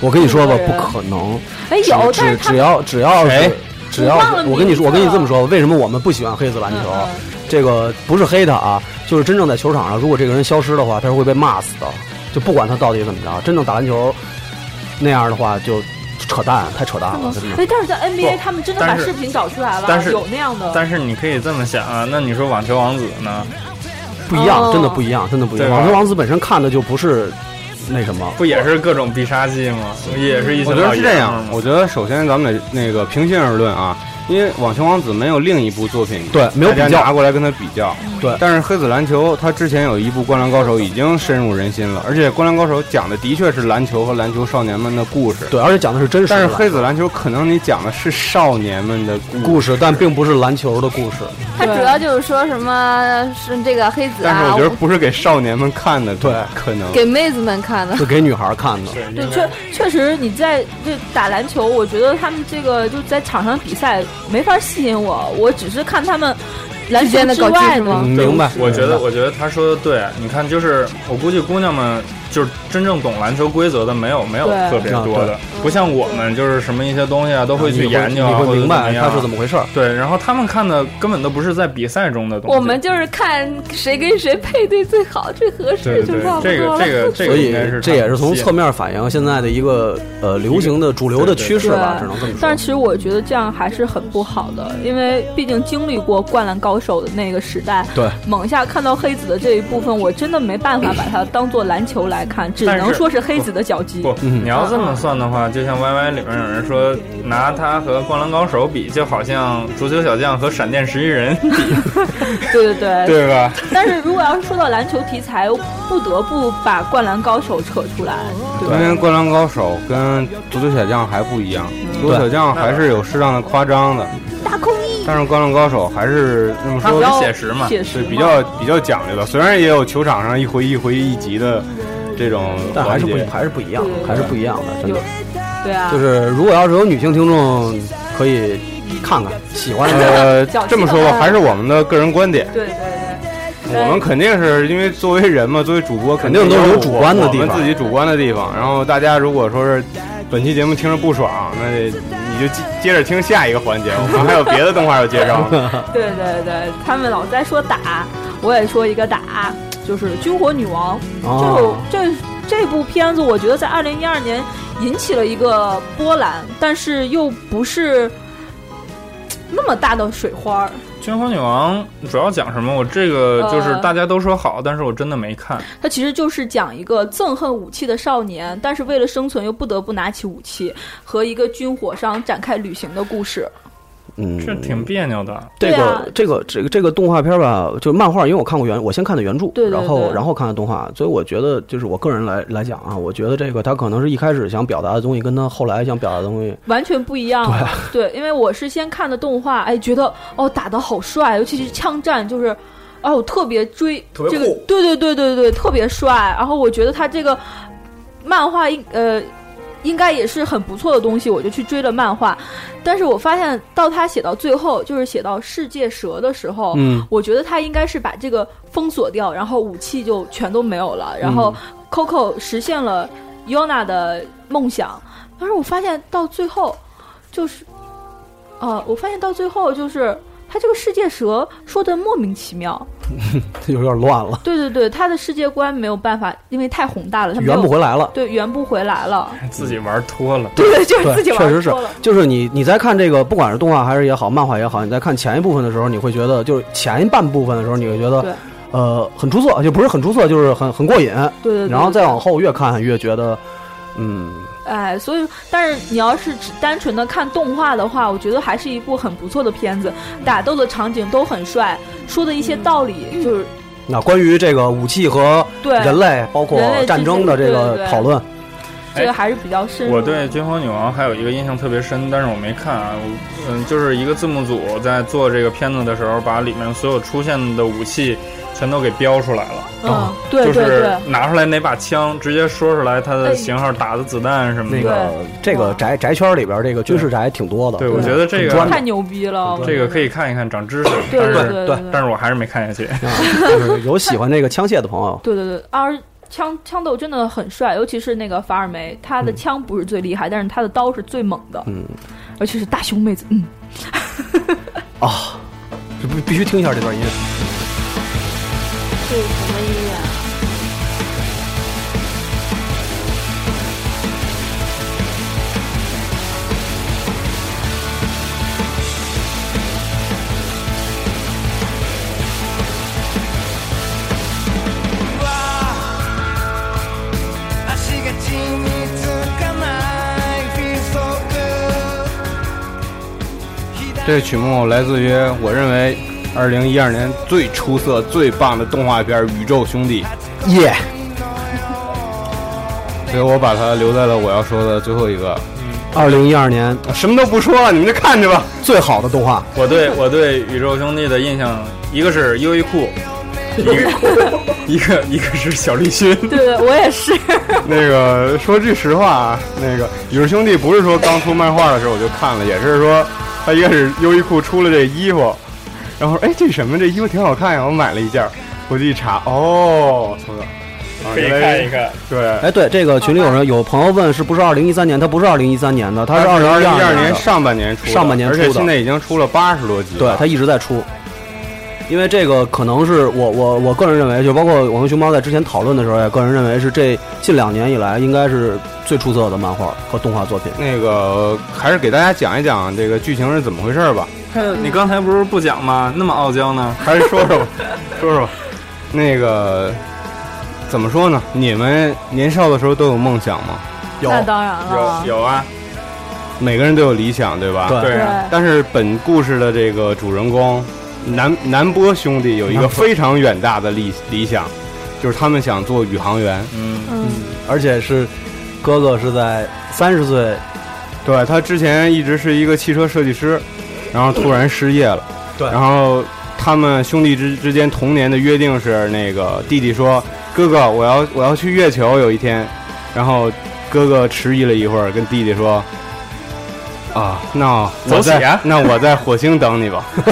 我跟你说吧，
中国
不
人
可能，
哎有，但
只
是他
只要只要
谁
是只要
我忘了
我跟你
名字
说，我跟你这么
了
说，为什么我们不喜欢黑子篮
嗯
球？
嗯
这个不是黑他啊，就是真正在球场上，如果这个人消失的话，他是会被骂死的。就不管他到底怎么着，真正打篮球那样的话，就扯淡，太扯淡了，真的。
哎，但是在
不
NBA 他们真的把
但是
视频找出来了，
但是
有那样的。
但是你可以这么想啊，那你说网球王子呢？
不一样，
哦
真的不一样，真的不一样。
对吧
网球王子本身看的就不是那什么，
不也是各种必杀技吗？也是一群
我觉得
老
是
爷
这
们
样
儿，吗
我觉得首先咱们得那个平心而论啊，因为《网球王子》没有另一部作品，
对没有
大家
比较
拿过来跟他比较，
对
但是黑子篮球，他之前有一部《灌篮高手》已经深入人心了，而且《灌篮高手》讲的的确是篮球和篮球少年们的故事，
对，而且讲的是真实
但
的
是
篮球。
黑子篮球可能你讲的是少年们的
故
事，
事，但并不是篮球的故事。
他主要就是说什么是这个黑子
但是
啊
我觉，得不是给少年们看的，
对
可能
给妹子们看的。
是给女孩看的，
对，确确实，你在这打篮球，我觉得他们这个就在场上比赛没法吸引我，我只是看他们篮球
之间的
之
搞基
外
是吗
的。
嗯明白？
我觉得，
明白
我觉得他说的对。你看，就是我估计姑娘们就是真正懂篮球规则的没有没有
对
特别
啊
多的，不像我们就是什么一些东西啊都会去研究
你
啊，
会
或者
明
怎么
白
样
它是怎么回事儿。
对，然后他们看的根本都不是在比赛中的东西。
我们就是看谁跟谁配对最好，最合
对
适就
对
差
对，
不
这个
多了。
这个这
所
个
以
应该是
这也是从侧
面
面反映现在的一个呃流行的主流的趋势吧，只
对啊
能这么说
但是。其实我觉得这样还是很不好的，因为毕竟经历过《灌篮高手》的那个时代，
对，
猛一下看到黑子的这一部分，我真的没办法把它当做篮球来看，只
但是
能说是黑子的脚技。啊
不，
嗯
你要这么算的话，就像 Y Y 里面有人说拿他和《灌篮高手》比，就好像足球小将和闪电十一人比，
对对 对。
对吧？
但是如果要是说到篮球题材，不得不把《灌篮高手》扯出来，对
因
吧？
为《灌篮高手》跟《足球小将》还不一样，《足球小将》还是有适当的夸张的，但是《灌篮高手》还是那么
他
说
比
比
较
较
写实嘛，
写实
对
嘛
比较比较讲究的。虽然也有球场上一回一回一级的这种环节，
但还是不一还是不一样，还是不一样的，真
有
的。
对啊，
就是如果要是有女性听众，可以看看，喜欢这个。
呃
较，
这么说
劲
吧，
儿
还是我们的个人观点。
对对对。对
我们肯定是因为作为人嘛，作为主播，肯定
肯定都
有
有主观的地方
我们自己主观的地方。然后大家如果说是本期节目听着不爽，那你就接接着听下一个环节，我们还有别的动画要介绍呢。
对对对，他们老在说打，我也说一个打，就是《军火女王》
哦
这这这部片子，我觉得在二零一二年引起了一个波澜，但是又不是那么大的水花儿。
军火女王主要讲什么？我这个就是
呃
大家都说好，但是我真的没看。
它其实就是讲一个憎恨武器的少年，但是为了生存又不得不拿起武器，和一个军火商展开旅行的故事。
嗯，
这挺别扭的。
这
对啊
个这个这个这个动画片吧，就漫画，因为我看过原，我先看的原著，
对对
然后
对
然后看的动画，所以我觉得就是我个人来来讲啊，我觉得这个他可能是一开始想表达的东西，跟他后来想表达的东西，
完全不一样了。对，因为我是先看的动画，哎，觉得哦打的好帅，尤其是枪战，就是。哦，我特别追
别
这个
酷，
对对对对对，特别帅。然后我觉得他这个漫画应呃应该也是很不错的东西，我就去追了漫画。但是我发现到他写到最后，就是写到世界蛇的时候，
嗯，
我觉得他应该是把这个封锁掉，然后武器就全都没有了，然后
嗯
Coco 实现了 Yona 的梦想。但是我发现到最后，就是，呃，我发现到最后就是他这个世界蛇说的莫名其妙，
有点乱了，
对对对，他的世界观没有办法，因为太宏大了，他没有
圆不回来了。
对圆不回来了，
自己玩脱了，
对，就是自己
对，确
玩
实是
脱了，
就是你你在看这个，不管是动画还是也好，漫画也好，你在看前一部分的时候，你会觉得就是前一半部分的时候，你会觉
对
得，呃，很出色，就不是很出色，就是很很过瘾。
对对对，
然后再
对
往后越看越觉得，嗯，
哎，所以，但是你要是只单纯的看动画的话，我觉得还是一部很不错的片子，打斗的场景都很帅，说的一些道理、就是
那关于这个武器和
对
人类，包括
人类之啊
战争的这
间对对
个
对
讨论，
这个还是比较深入的。
我对《军火女王》还有一个印象特别深，但是我没看啊。我嗯，就是一个字幕组在做这个片子的时候，把里面所有出现的武器全都给标出来了，
嗯
哦，
对对
就
对，
是拿出来哪把枪，直接说出来它的型号、打的子弹什么
那
的。
个这个宅宅圈里边这个军事宅挺多的。
对，我觉得这
很专
个
业
太牛逼了，我
这个
觉得
可以看一看，长知识。
对对
但
对
是
对
对
对，
但是我还是没看下去。
啊就是 有喜欢这个枪械的朋友
对对对，而枪枪斗真的很帅，尤其是那个法尔梅，他的枪不是最厉害，但是他的刀是最猛的，
嗯，
而且是大胸妹子，嗯，
啊就必必须听一下这段音乐。
这是什么音乐啊？
足が地につかない微速
这个曲目来自于我认为二零一二年最出色、最棒的动画片《宇宙兄弟
耶、》，
所以我把它留在了我要说的最后一个。
二零一二年
什么都不说了，啊你们就看着吧。
最好的动画，
我对我对宇宙兄弟的印象，一个是优衣库，一个 一个一个是小栗旬。
对对，我也是，
那个说句实话啊，那个《宇宙兄弟》不是说刚出漫画的时候我就看了，也是说他一开始优衣库出了这衣服，然后哎这什么这衣服挺好看呀，我买了一件儿，回去一查，哦，我操
可以看一看。
对，
哎，对，这个群里有人有朋友问是不是二零一三年，它不是二零一三年的，它是
二
二零
零
一
一二
年
年
的
上半年出的，
上半年
而
出
且
的
现在已经出了八十多集
对
了。，
它一直在出。因为这个可能是我我我个人认为，就包括我跟熊猫在之前讨论的时候，也个人认为是这近两年以来应该是最出色的漫画和动画作品。
那个还是给大家讲一讲这个剧情是怎么回事吧，
他，
嗯
你刚才不是不讲吗？那么傲娇呢？
还是说说吧 说说吧那个怎么说呢？你们年少的时候都有梦想吗？
那当然了，
有啊，
每个人都有理想，对吧？
对
对啊，
但是本故事的这个主人公南南波兄弟有一个非常远大的理理想，就是他们想做宇航员。
嗯，
而且是哥哥是在三十岁，
对他之前一直是一个汽车设计师，然后突然失业了。
对
然后他们兄弟之之间童年的约定是，那个弟弟说：“哥哥，我要我要去月球有一天。”然后哥哥迟疑了一会儿，跟弟弟说：“啊，那我
走起
在、
啊
那我在火星等你吧。”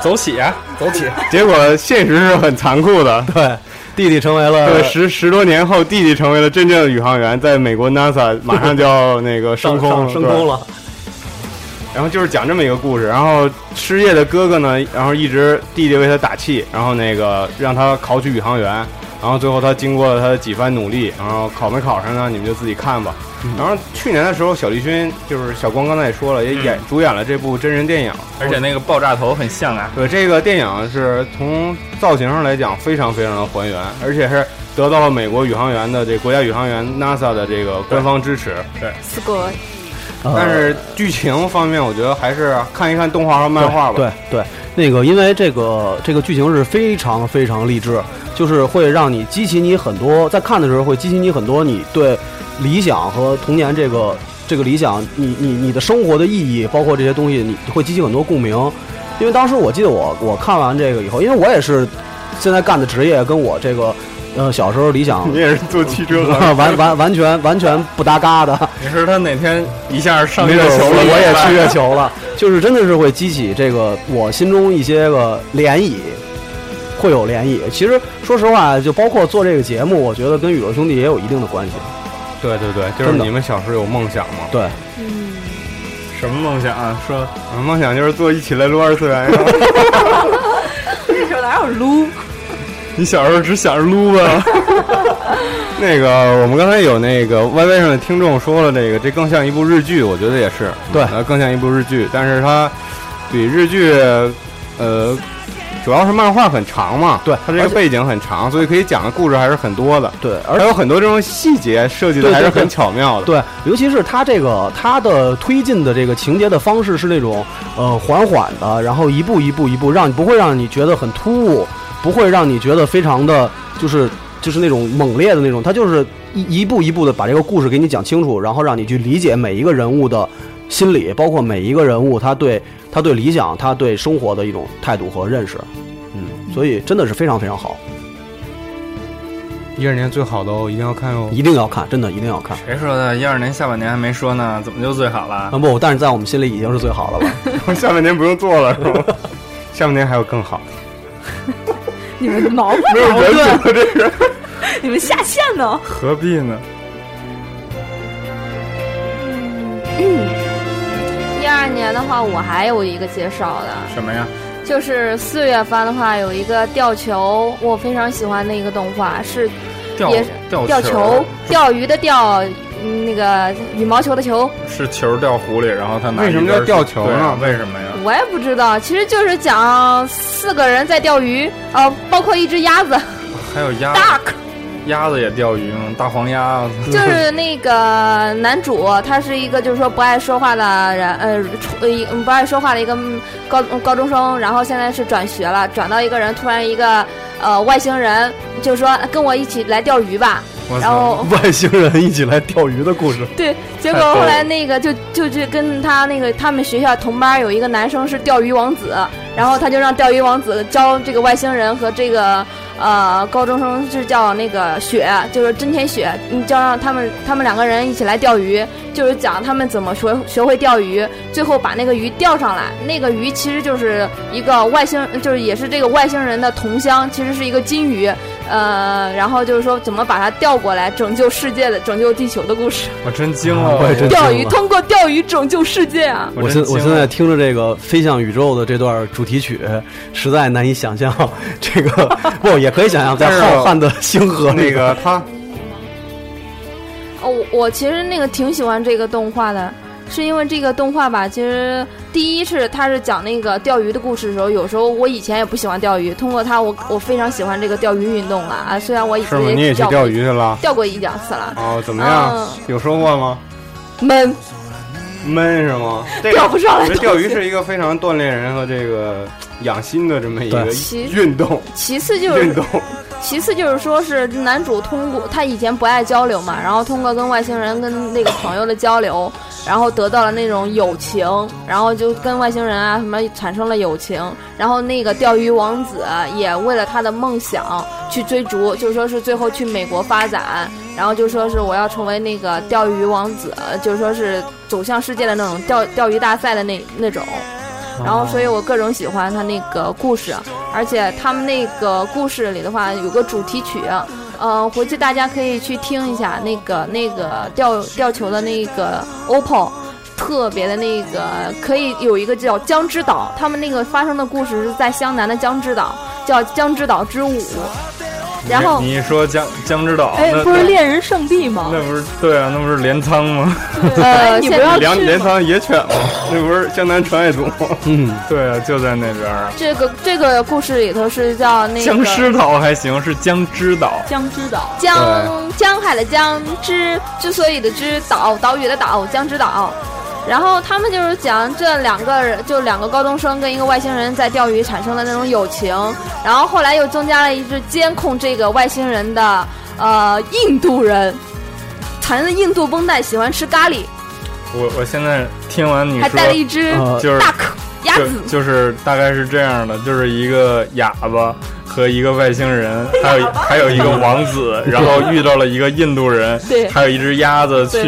走起啊，走起！
结果现实是很残酷的，
对，弟弟成为了
对，十十多年后，弟弟成为了真正的宇航员，在美国 NASA 马上就要那个升
上
空
上
了，
升
对
空。了，
然后就是讲这么一个故事，然后失业的哥哥呢，然后一直弟弟为他打气，然后那个让他考取宇航员，然后最后他经过了他的几番努力，然后考没考上呢，你们就自己看吧。
嗯
然后去年的时候，小栗旬就是小光刚才也说了，也
嗯
演、主演了这部真人电影，
而且那个爆炸头很像啊，
对，这个电影是从造型上来讲非常非常的还原，而且是得到了美国宇航员的这国家宇航员 NASA 的这个官方支持。
死过
呃
但是剧情方面，我觉得还是看一看动画和漫画吧。
对对，那个因为这个这个剧情是非常非常励志，就是会让你激起你很多，在看的时候会激起你很多你对理想和童年这个这个理想，你你你的生活的意义，包括这些东西，你会激起很多共鸣。因为当时我记得我我看完这个以后，因为我也是现在干的职业跟我这个呃小时候理想
你也是坐汽 车 的，
完完完全完全不搭嘎的。
你说他哪天一下上
没
月
有，
球了，
我也去
去。
月球了，就是真的是会激起这个我心中一些个涟漪，会有涟漪。其实说实话，就包括做这个节目，我觉得跟宇宙兄弟也有一定的关系。
对对对，就是
真的
你们小时候有梦想吗？
对，
嗯
什么梦想啊？说
我嗯梦想就是做一起来撸二次元。
那时候哪有撸？
你小时候只想着撸
啊
吧，
那个，我们刚才有那个 YY 上的听众说了，这个这更像一部日剧，我觉得也是，
对
呃，更像一部日剧，但是它比日剧，呃，主要是漫画很长嘛，
对
它这个
而且
背景很长，所以可以讲的故事还是很多的，
对，而
而有很多这种细节设计的
对
还是
对对
很巧妙的，
对，尤其是他这个他的推进的这个情节的方式是那种呃缓缓的，然后一步一步一步，让你不会让你觉得很突兀，不会让你觉得非常的就是就是那种猛烈的那种，他就是一一步一步的把这个故事给你讲清楚，然后让你去理解每一个人物的呃心理，包括每一个人物他对他对理想、他对生活的一种态度和认识。嗯，所以真的是非常非常好，
一二年最好的哦，一定要看哦。
一定要看，真的一定要看。
谁说的？一二年下半年还没说呢，怎么就最好了
啊？不，但是在我们心里已经是最好了 吧？
下半年不用做了是吗？ 下半年还有更好，
你们矛不
没有
矛
人
盾？
做这是
你们下线呢？
何必呢？
一嗯二年的话，我还有一个介绍的，
什么呀？
就是四月番的话，有一个吊球，我非常喜欢的一个动画，是
吊
也是
吊
吊球，钓鱼的钓，嗯那个羽毛球的球，
是球掉湖里，然后他拿
为什么叫
一根儿
吊球呢
对啊为什么呀？
我也不知道，其实就是讲四个人在钓鱼，啊，包括一只鸭子
还有鸭子，
duck，
鸭子也钓鱼吗？大黄鸭，
就是那个男主，他是一个就是说不爱说话的人，呃，出呃一嗯不爱说话的一个嗯高高中生，然后现在是转学了，转到一个人突然一个呃外星人，就说跟我一起来钓鱼吧，
我
然
操！
后
外星人一起来钓鱼的故事。
对，结
太
果
逗
后
了
来那个就就去跟他那个他们学校同班有一个男生是钓鱼王子，然后他就让钓鱼王子教这个外星人和这个呃高中生是叫那个雪，就是真田雪，你就让他们他们两个人一起来钓鱼，就是讲他们怎么学学会钓鱼，最后把那个鱼钓上来。那个鱼其实就是一个外星，就是也是这个外星人的同乡，其实是一个金鱼。呃，然后就是说怎么把它调过来，拯救世界的、拯救地球的故事。
我真惊了，
啊我也真
钓鱼
惊了
通过钓鱼拯救世界啊！
我
真
现我
惊
现
了
在听着这个《飞向宇宙》的这段主题曲，实在难以想象 这个不也可以想象，在
但是
浩瀚的星河里
那个他
哦，我我其实那个挺喜欢这个动画的，是因为这个动画吧，其实第一是它是讲那个钓鱼的故事的时候，有时候我以前也不喜欢钓鱼，通过它我我非常喜欢这个钓鱼运动了啊，虽然我以
是
前
吗？你也去
钓
钓
过
鱼去了？
钓过一两次了，
哦，怎么样
嗯？
有收获吗？
闷
闷是吗？ 这个
钓不上
我
来
觉
东
得
西。
钓鱼是一个非常锻炼人和这个养心的这么一个
对
其
运动，
其次就
运
是
动。
其次就是说是男主通过他以前不爱交流嘛，然后通过跟外星人跟那个朋友的交流，然后得到了那种友情，然后就跟外星人啊什么产生了友情，然后那个钓鱼王子也为了他的梦想去追逐，就说是最后去美国发展，然后就说是我要成为那个钓鱼王子，就说是走向世界的那种钓钓鱼大赛的那那种。然后，所以我各种喜欢他那个故事，啊而且他们那个故事里的话有个主题曲，呃，回去大家可以去听一下那个那个吊吊球的那个 OPPO，特别的那个可以有一个叫江之岛，他们那个发生的故事是在江南的江之岛，叫江之岛之舞，然后
你你说江江之岛，
哎，
那
不是恋人圣地吗？
那不是对啊，那不是镰仓吗？
哎
呃，
你
现
不要
梁
去
镰
吗？
仓野犬吗？那不是江南传爱组吗？
嗯，
对啊，就在那边儿。
这个这个故事里头是叫那个
江之岛还行，是江之岛。
江之岛，
江江海的江之之所以的之岛岛屿的岛江之岛，然后他们就是讲这两个人，就两个高中生跟一个外星人在钓鱼产生的那种友情，然后后来又增加了一支监控这个外星人的呃印度人，缠着印度绷带，喜欢吃咖喱，
我我现在听完你
还带了
嗯说，
一只
呃
就是
大可鸭子
就。 就是大概是这样的，就是一个哑巴和一个外星人，还 有还有一个王子，然后遇到了一个印度人，
对
还有一只鸭子去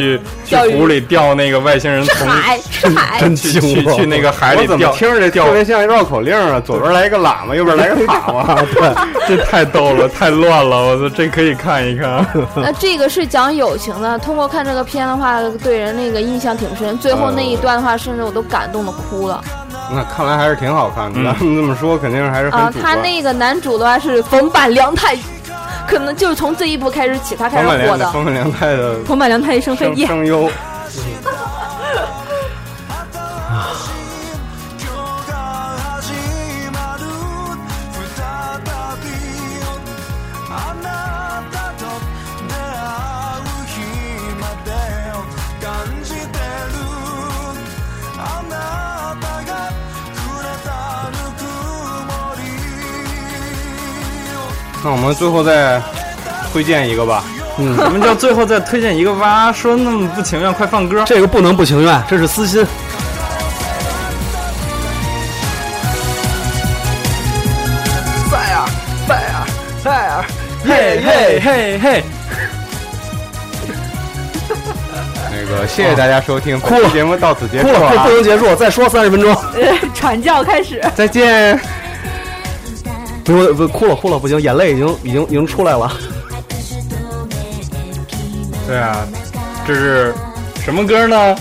去
钓鱼
湖里钓那个外星人
吃
从
海，哎吃 海，
真
去去
惊了！
去那个海
我
里
怎么
钓，
听着这特别像一绕口令啊？左边来一个喇嘛，右边来个 塔嘛。
这太逗了，太乱了，我操，这可以看一看。
那这个是讲友情的，通过看这个片的话，对人那个印象挺深。最后那
嗯
一段的话，甚至我都感动的哭了。
那看来还是挺好看的。
嗯
咱们这么说，肯定还是
啊
很，主
他
观。
那个男主的话是冯坂良太，可能就是从这一部开始起，他开
冯本
始火
良的
的。
冯本良太的
彭百良太一生非
声
耶，
声 优，那我们最后再推荐一个吧。
咱们就最后再推荐一个吧，说那么不情愿，快放歌。
这个不能不情愿，这是私心。
嘿嘿嘿嘿，
那个谢谢大家收听，本期节目到此结束
不了，
啊
不，能结束，再说三十分钟。
传教开始。
再见。
不不，哭了哭了，不行，眼泪已经已经已经出来 了。
对啊，这 是什么歌呢？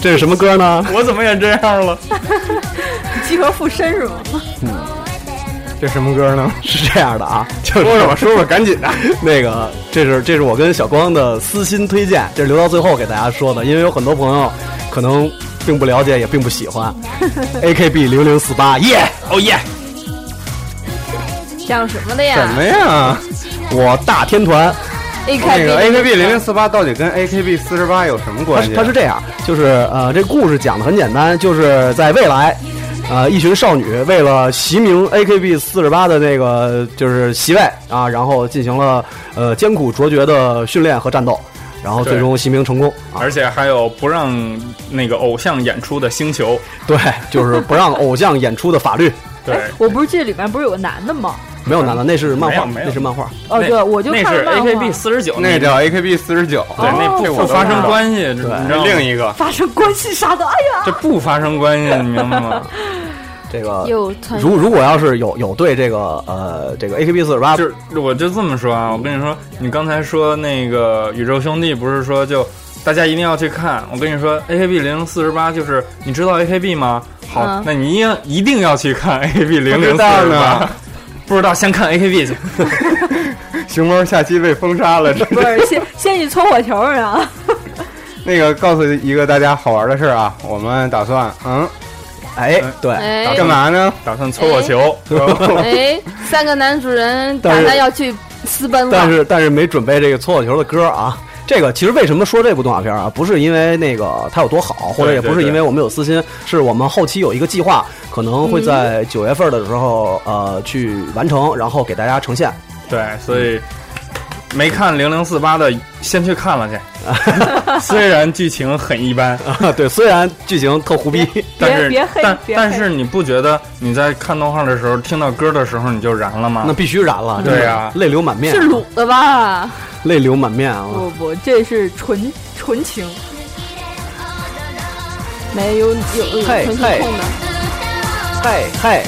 这是什么歌呢？
我怎么也这样了？
集合附身是吗？
这什么歌呢？是这样的啊，就是
说说吧，说说，赶紧的。
那个，这是这是我跟小光的私心推荐，这是留到最后给大家说的，因为有很多朋友可能并不了解，也并不喜欢。A
哎
K B 零零四八，耶！
哦耶！
讲什么的
什
呀
么呀？
我大天团，
？A
那
开 B
个 AKB 零零四八到底跟 AKB 四十八有什么
它
关
是
系？啊
它是这样，就是呃，这故事讲的很简单，就是在未来。呃，一群少女为了袭名 AKB 四十八的那个就是席位啊，然后进行了呃艰苦卓绝的训练和战斗，然后最
对
终袭名成功啊。
而且还有不让那个偶像演出的星球，
对，就是不让偶像演出的法律，
对，
我不是记得里面不是有个男的吗？
没有男的，那是漫
没
画
有，没有啊
那是漫画。
哦，
那
对，我就
那
看
是
漫画
AKB 四十九，
那叫 AKB 四十九，
对，那
哦
不
我
发
知
生
道
关系，这你知道
是
吗
另一个。
发生关系啥的，哎呀，
这不发生关系，你明白吗？
这个
有参与
如如果要是有有对这个呃这个 AKB 四十八
就是我就这么说啊，我跟你说，你刚才说那个宇宙兄弟不是说就大家一定要去看？我跟你说，AKB 零零四十八就是你知道 AKB 吗？好，
嗯
那你一定一定要去看 AKB 零零
知
四
道
十
呢
八。不知道先看 AKB 去，
熊猫下期被封杀了，这
不是先 先去搓火球 儿呢？
那个告诉一个大家好玩的事儿啊，我们打算嗯
哎对，
哎
干嘛呢？
打算搓火球。
哦
哎，三个男主人打
但是
算要去私奔了。
但是但是没准备这个搓火球的歌啊。这个其实为什么说这部动画片啊，不是因为那个它有多好，或者也不是因为我们有私心，是我们后期有一个计划，可能会在九月份的时候呃去完成，然后给大家呈现。
对，所以没看零零四八的先去看了去， 虽然剧情很一般，
对，虽然剧情特胡逼，
但是
别黑
但
别黑
但是你不觉得你在看动画的时候听到歌的时候你就燃了吗？
那必须燃了，
对呀
真的泪流满面
啊
是，卤的吧？
泪流满面啊！
嗯哦
不不，这是纯纯情，没有有有
嘿
纯情
嘿
控的。
嗨嗨，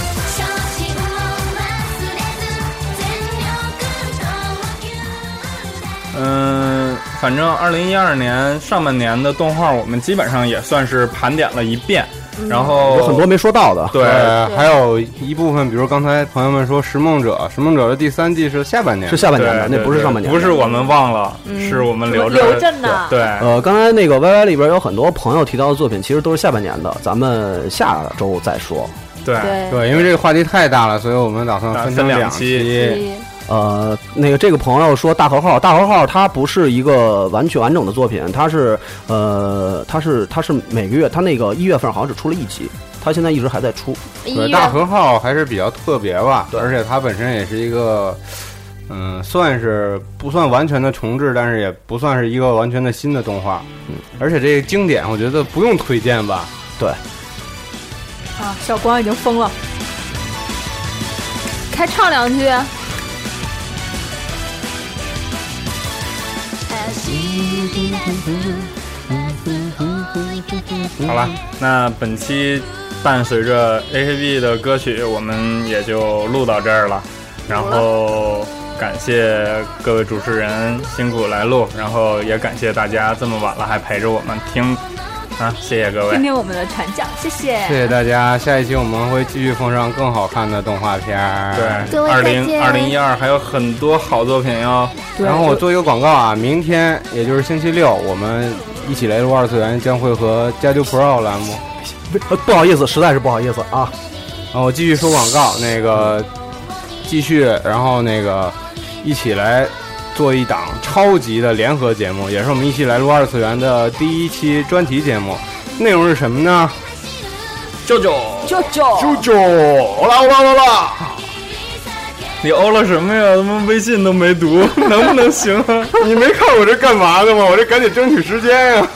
嗯，反正二零一二年上半年的动画我们基本上也算是盘点了一遍，
嗯
然后
有很多没说到的，
对。
呃还有一部分，比如刚才朋友们说《拾梦者》，《拾梦者》的第三季是下半年，
是下半年的，
对
那不是上半年的，
不是我们忘了，是我们留着
嗯留着呢
对，
呃，刚才那个 YY 里边有很多朋友提到的作品，其实都是下半年的，咱们下周再说。
对
对，
对，因为这个话题太大了，所以我们打算
打
分
分
成
两期
期。
呃，那个这个朋友说大和号，大和号它不是一个完全完整的作品，它是呃，它是它是每个月，它那个一月份好像只出了一集，它现在一直还在出。
一
对，
月
大和号还是比较特别吧，而且它本身也是一个，嗯，算是不算完全的重置，但是也不算是一个完全的新的动画。
嗯
而且这个经典，我觉得不用推荐吧。
啊，小光已经疯了，
开唱两句，
嗯
好了，那本期伴随着 AKB 的歌曲，我们也就录到这儿了。然后感谢各位主持人辛苦来录，然后也感谢大家这么晚了还陪着我们听啊，谢谢各位
听。听我们的传教，谢谢。
哎
谢谢大家，下一期我们会继续奉上更好看的动画片儿。
对，
各位
二
再
零
见
二零一二还有很多好作品哟。
对
然后我
就
做一个广告啊，明天也就是星期六，我们一起来录二次元将会和加丢 Pro 栏目。
呃不好意 思，实在是不好意思啊。
啊，我继续说广告，那个继续，然后那个一起来做一档超级的联合节目，也是我们一起来录二次元的第一期专题节目。内容是什么呢？
舅舅，
舅舅，
就欧啦欧啦欧啦！
你欧了什么呀？他妈微信都没读，能不能行啊？
你没看我这干嘛的吗？我这赶紧争取时间 呀、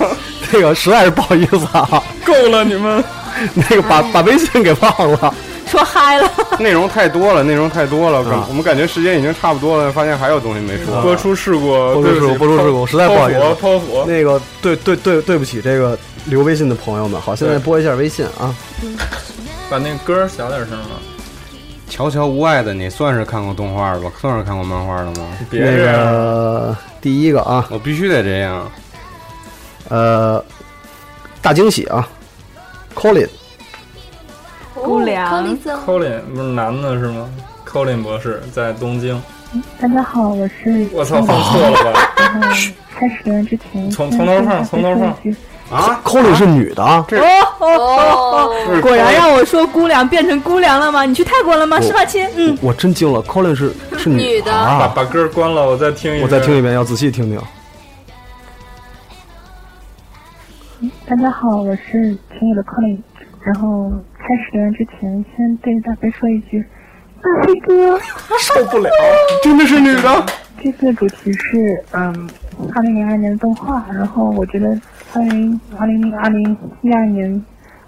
这个实在是不好意思啊，
够了你们！
那个把把微信给忘了。
哎 说嗨 了，
内容太多了，内容太多了，
啊
我们感觉时间已经差不多了，发现还有东西没说。
播出事故，
播出事故播出事故实在不好意思
抛火抛火。
那个对对对对不起，这个留微信的朋友们，好，现在拨一下微信啊。
把那歌小点声啊嘛，
乔乔无爱的你算是看过动画了吧？算是看过漫画了吗？
别
那
这样。
个第一个啊，
我必须得这样。
呃，大惊喜啊，Colin，
哦
姑娘，
Colin 不是男的是吗？Colin 博士在东京，
大家好，我是
我操，放错了吧？
然后嗯开始的之前
从从头放从头放。
啊，Colin 是女的啊，
哦哦哦哦，
不是
果然让我说姑娘变成姑娘了吗？你去泰国了吗？是吧，亲？嗯，
我真惊了，Colin 是是
女的
孩
把
啊，
把歌关了，我再听一遍。
我再听一遍，要仔细听听。
嗯大家好，我是群里的 Colin。然后开始之前，先对大飞说一句：“大飞哥。”受不了，真的是女的。这次的主题是嗯，二零零二年的动画。然后我觉得二零二零二零一二年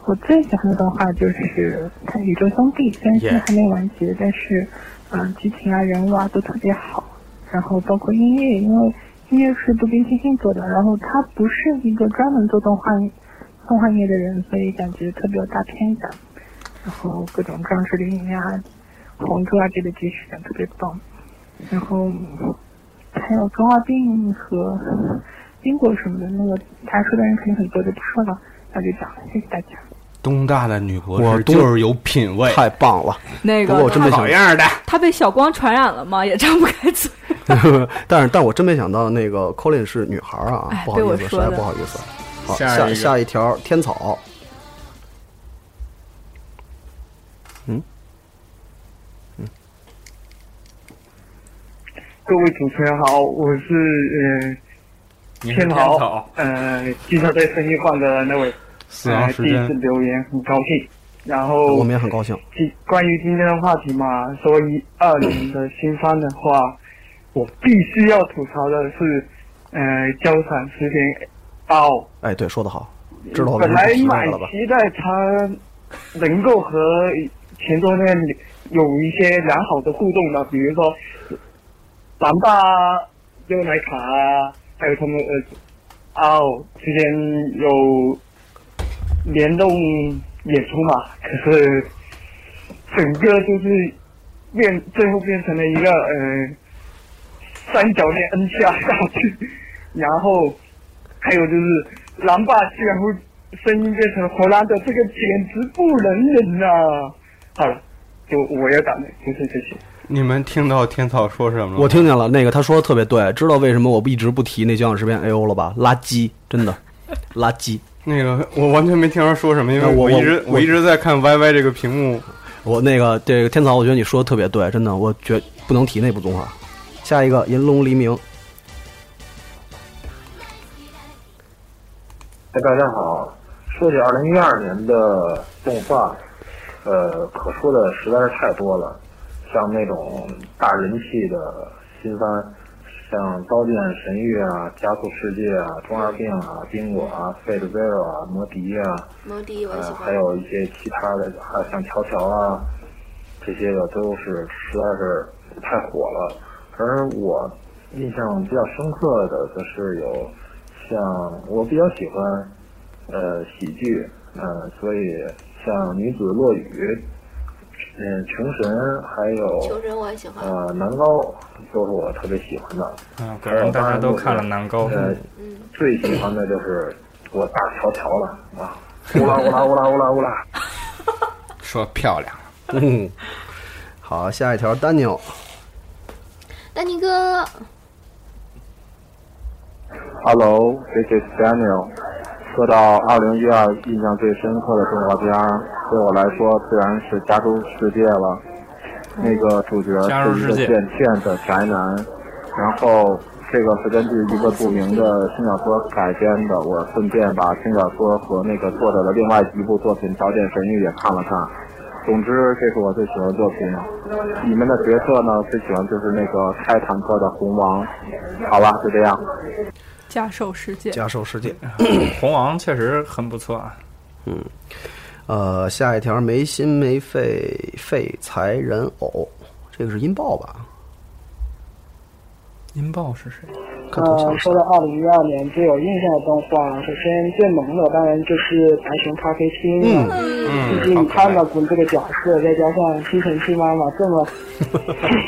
我最喜欢的动画就是《看宇宙兄弟》，虽然现在还没完结，但是嗯，剧情啊、人物啊都特别好。然后包括音乐，因为音乐是渡边谦信做的，然后他不是一个专门做动画动画音乐的人，所以感觉特别有大片感。
然后各种装饰林里啊、红色啊这类知识特别棒。然后还有中二病和英国什么的，那个他说的人肯定很多，就不说了，那就讲，谢谢大家。
东大的女博
我
士
东
就是有品位，
太棒了！
那
不
个
过我真没
他
想
好样的。
他被小光传染了吗？也张不开嘴。
但是但我真没想到那个 Colin 是女孩儿啊
哎，
不好意
被
思，实
我说的
在不好意思。好，
下一
下
个
下一条天草，
各位主持人好，我是呃
你
天
是天
豪
草，，
呃，经常在生意换的那 位，
死亡
呃，
时
第一次
间，
留言，很高兴。然后
我们也很高兴。
今关于今天的话题嘛，说一二零的新番的话，我必须要吐槽的是，呃，交闪时间哦，
哎，对，说得好，知道我
嗯本
们
来
提那
满
个了吧？
期待它能够和前作那样有一些良好的互动的，比如说蓝爸啊、优奶卡啊，还有他们呃奥之间有联动演出嘛，可是整个就是变最后变成了一个呃三角恋恩下下去，然后还有就是狼爸居然会声音变成荷兰的，这个简直不能忍呐、好了，就我要打的就是这些。
你们听到天草说什么了？
我听见了，那个他说的特别对，知道为什么我一直不提那交响诗篇 A O 了吧？垃圾，真的，垃圾。
那个，我完全没听他说什么，因为
那我
一直
我
我一直在看 YY 这个屏幕。
我那个这个天草，我觉得你说的特别对，真的，我觉不能提那部动画。下一个《银龙黎明》，
哎，大家好，说起二零一二年的动画，呃，可说的实在是太多了，像那种大人气的新番，像《刀剑神域》啊，《加速世界》啊，《中二病》啊，《冰果》啊，《Fate Zero》啊，《魔笛》啊，
摩迪，我喜
呃，还
欢。
有一些其他的，还有像乔乔啊这些的，都是实在是太火了。而我印象比较深刻的就是有像我比较喜欢呃喜剧，呃，所以像女子落雨，嗯、穷神，还
求
有
人我也喜欢。
呃南高，都是我特别喜欢的。
啊，果然大家都看了南高。
呃，
嗯，
最喜欢的就是我大乔乔了 啊！乌拉乌拉乌拉乌拉乌拉！
说漂亮，啊
嗯，好，下一条 Daniel，
丹尼哥，
Hello, this is Daniel。说到二零一二印象最深刻的动画片儿，对我来说自然是《加州世界》了。那个主角
加州
是一个
世界
贱欠的宅男，然后这个是根据一个著名的轻小说改编的。我顺便把轻小说和那个作者的另外一部作品《刀剑神域》也看了看。总之，这是我最喜欢的作品。里面的角色呢，最喜欢就是那个开坦克的红王。 好了，就这样。
家兽世界，
加寿世界。
红王确实很不错啊。
呃，下一条没心没肺废材人偶，这个是音爆吧？
音爆是谁？
看头像是
说到嗯二零一二年最有印象的动画，首先最萌的当然就是白熊咖啡厅了。
嗯，
毕
好
竟
可爱
看到滚这个角色，再加上吸尘器妈妈这么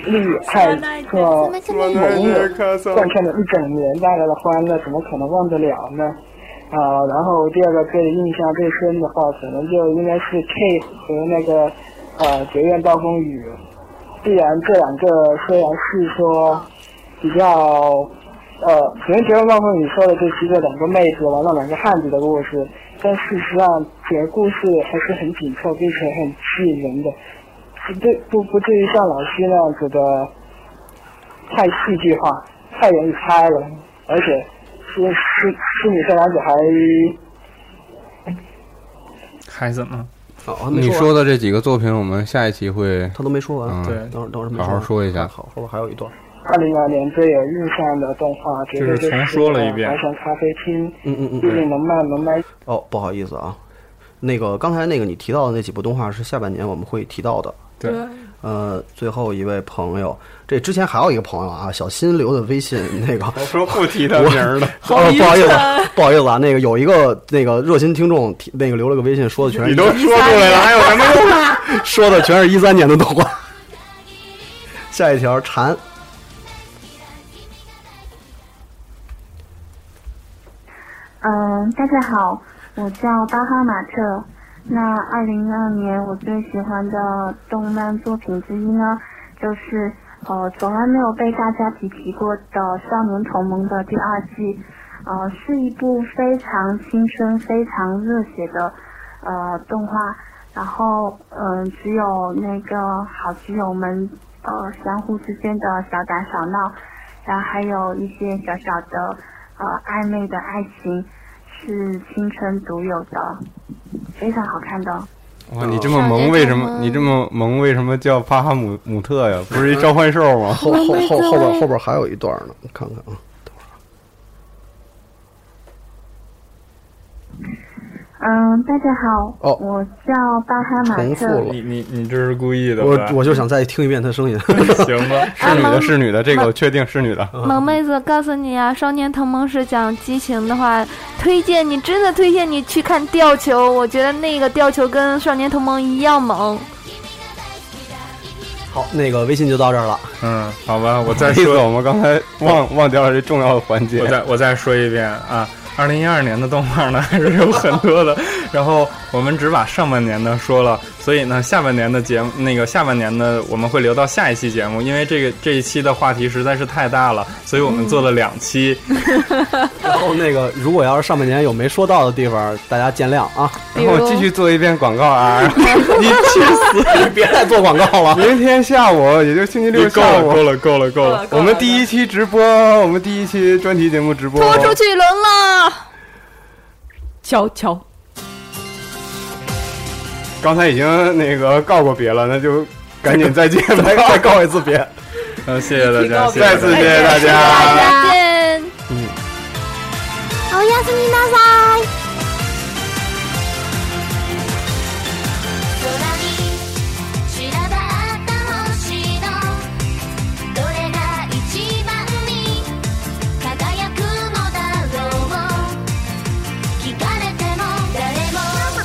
厉害和猛的贯穿了一整年带来的欢乐，怎么可能忘得了呢？啊、然后第二个最印象最深的话，可能就应该是 K 和那个呃《绝愿暴风雨》。虽然这两个虽然是说比较呃，可能《绝望暴风雨》说的就是一个两个妹子玩到两个汉子的故事，但事实上整个故事还是很紧凑，并且很吸引人的，不对不不至于像老师那样子的太戏剧化，太容易猜了，而且是是是女生男子还
还怎么？
哦，还没
你
完
说的这几个作品，我们下一期会
他都没说完，
嗯
对
等会儿等会儿没
好好
完
说一下
好，后边还有一段。
二零二年最有印象的动画，绝对
就是重说了一遍
白熊咖啡厅，
嗯嗯嗯
毕竟能卖能卖
哦，不好意思啊，那个刚才那个你提到的那几部动画是下半年我们会提到的。
对，
呃，最后一位朋友，这之前还有一个朋友啊，小新留的微信那个，
我说不提他名儿了，
哦，不好意思啊，不好意思啊，那个有一个那个热心听众提那个留了个微信，说的全是
你都说出来了，还有什么用啊？
说的全是一三年的动画。下一条蝉，
嗯，大家好，我叫巴哈马特。那二零二年我最喜欢的动漫作品之一呢，就是呃从来没有被大家提起过的《少年同盟》的第二季，呃是一部非常青春、非常热血的呃动画，然后嗯、呃只有那个好基友们呃相互之间的小打小闹，然后还有一些小小的呃暧昧的爱情，是青春独有的。非常好看的。
哇，
嗯
你这么萌，为什么你这么萌？为什么叫巴哈姆姆特呀？不是一召唤兽吗？
后后后后边后边还有一段呢，我看看啊，
嗯，大家好，
哦
我叫巴哈马
重复
特。
了
你你你这是故意的
我
吧？
我就想再听一遍他 声音。
行吧，
是女的，是女的，这个我确定是女的。
啊
萌妹子，告诉你啊，《少年同盟》是讲激情的话，推荐你，真的推荐你去看吊球。我觉得那个吊球跟《少年同盟》一样萌。
好，那个微信就到这儿了。
嗯，好吧，我再
不好意思
说，
我们刚才忘忘掉了这重要的环节
我。再我再说一遍啊，二零一二年的动画呢还是有很多 的，然后我们只把上半年的说了，所以呢下半年的节目那个下半年的我们会留到下一期节目，因为这个这一期的话题实在是太大了，所以我们做了两期。
然后那个，如果要是上半年有没说到的地方，大家见谅啊。
然后继续做一遍广告啊！
你去 死！你别再做广告了。
明天下午，也就是星期六
够
下
了，
午
够，了，够了，够了。
我们第一期直播，我们第一期专题节目直播，
拖出去轮了，
瞧瞧，
刚才已经那个告过别了，那就赶紧再见吧，呃再告一次 别，
嗯，谢谢大
再
家，谢谢大家
次谢谢大家。
再见。
嗯。
好，亚斯米娜桑。
空に散らばった星のどれが一番に輝くのだろう聞かれても誰も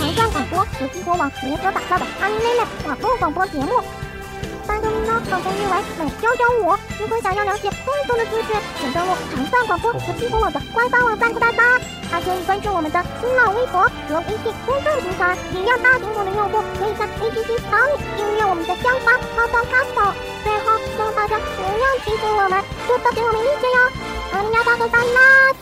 台站广播是中国网联合打造的阿明妹妹网络广播节目。番組 の广播日文每周周五。如果想要了解更多的资讯，请登录长站广播和中国网的官方网站大巴，还可以关注我们的新浪微博和微信公众平台。也要大苹果的用户可以在 APP 场里订阅我们的香港 Podcast。最后，希望大家不要欺负我们，多多给我们意见哟。阿明亚大和大啦！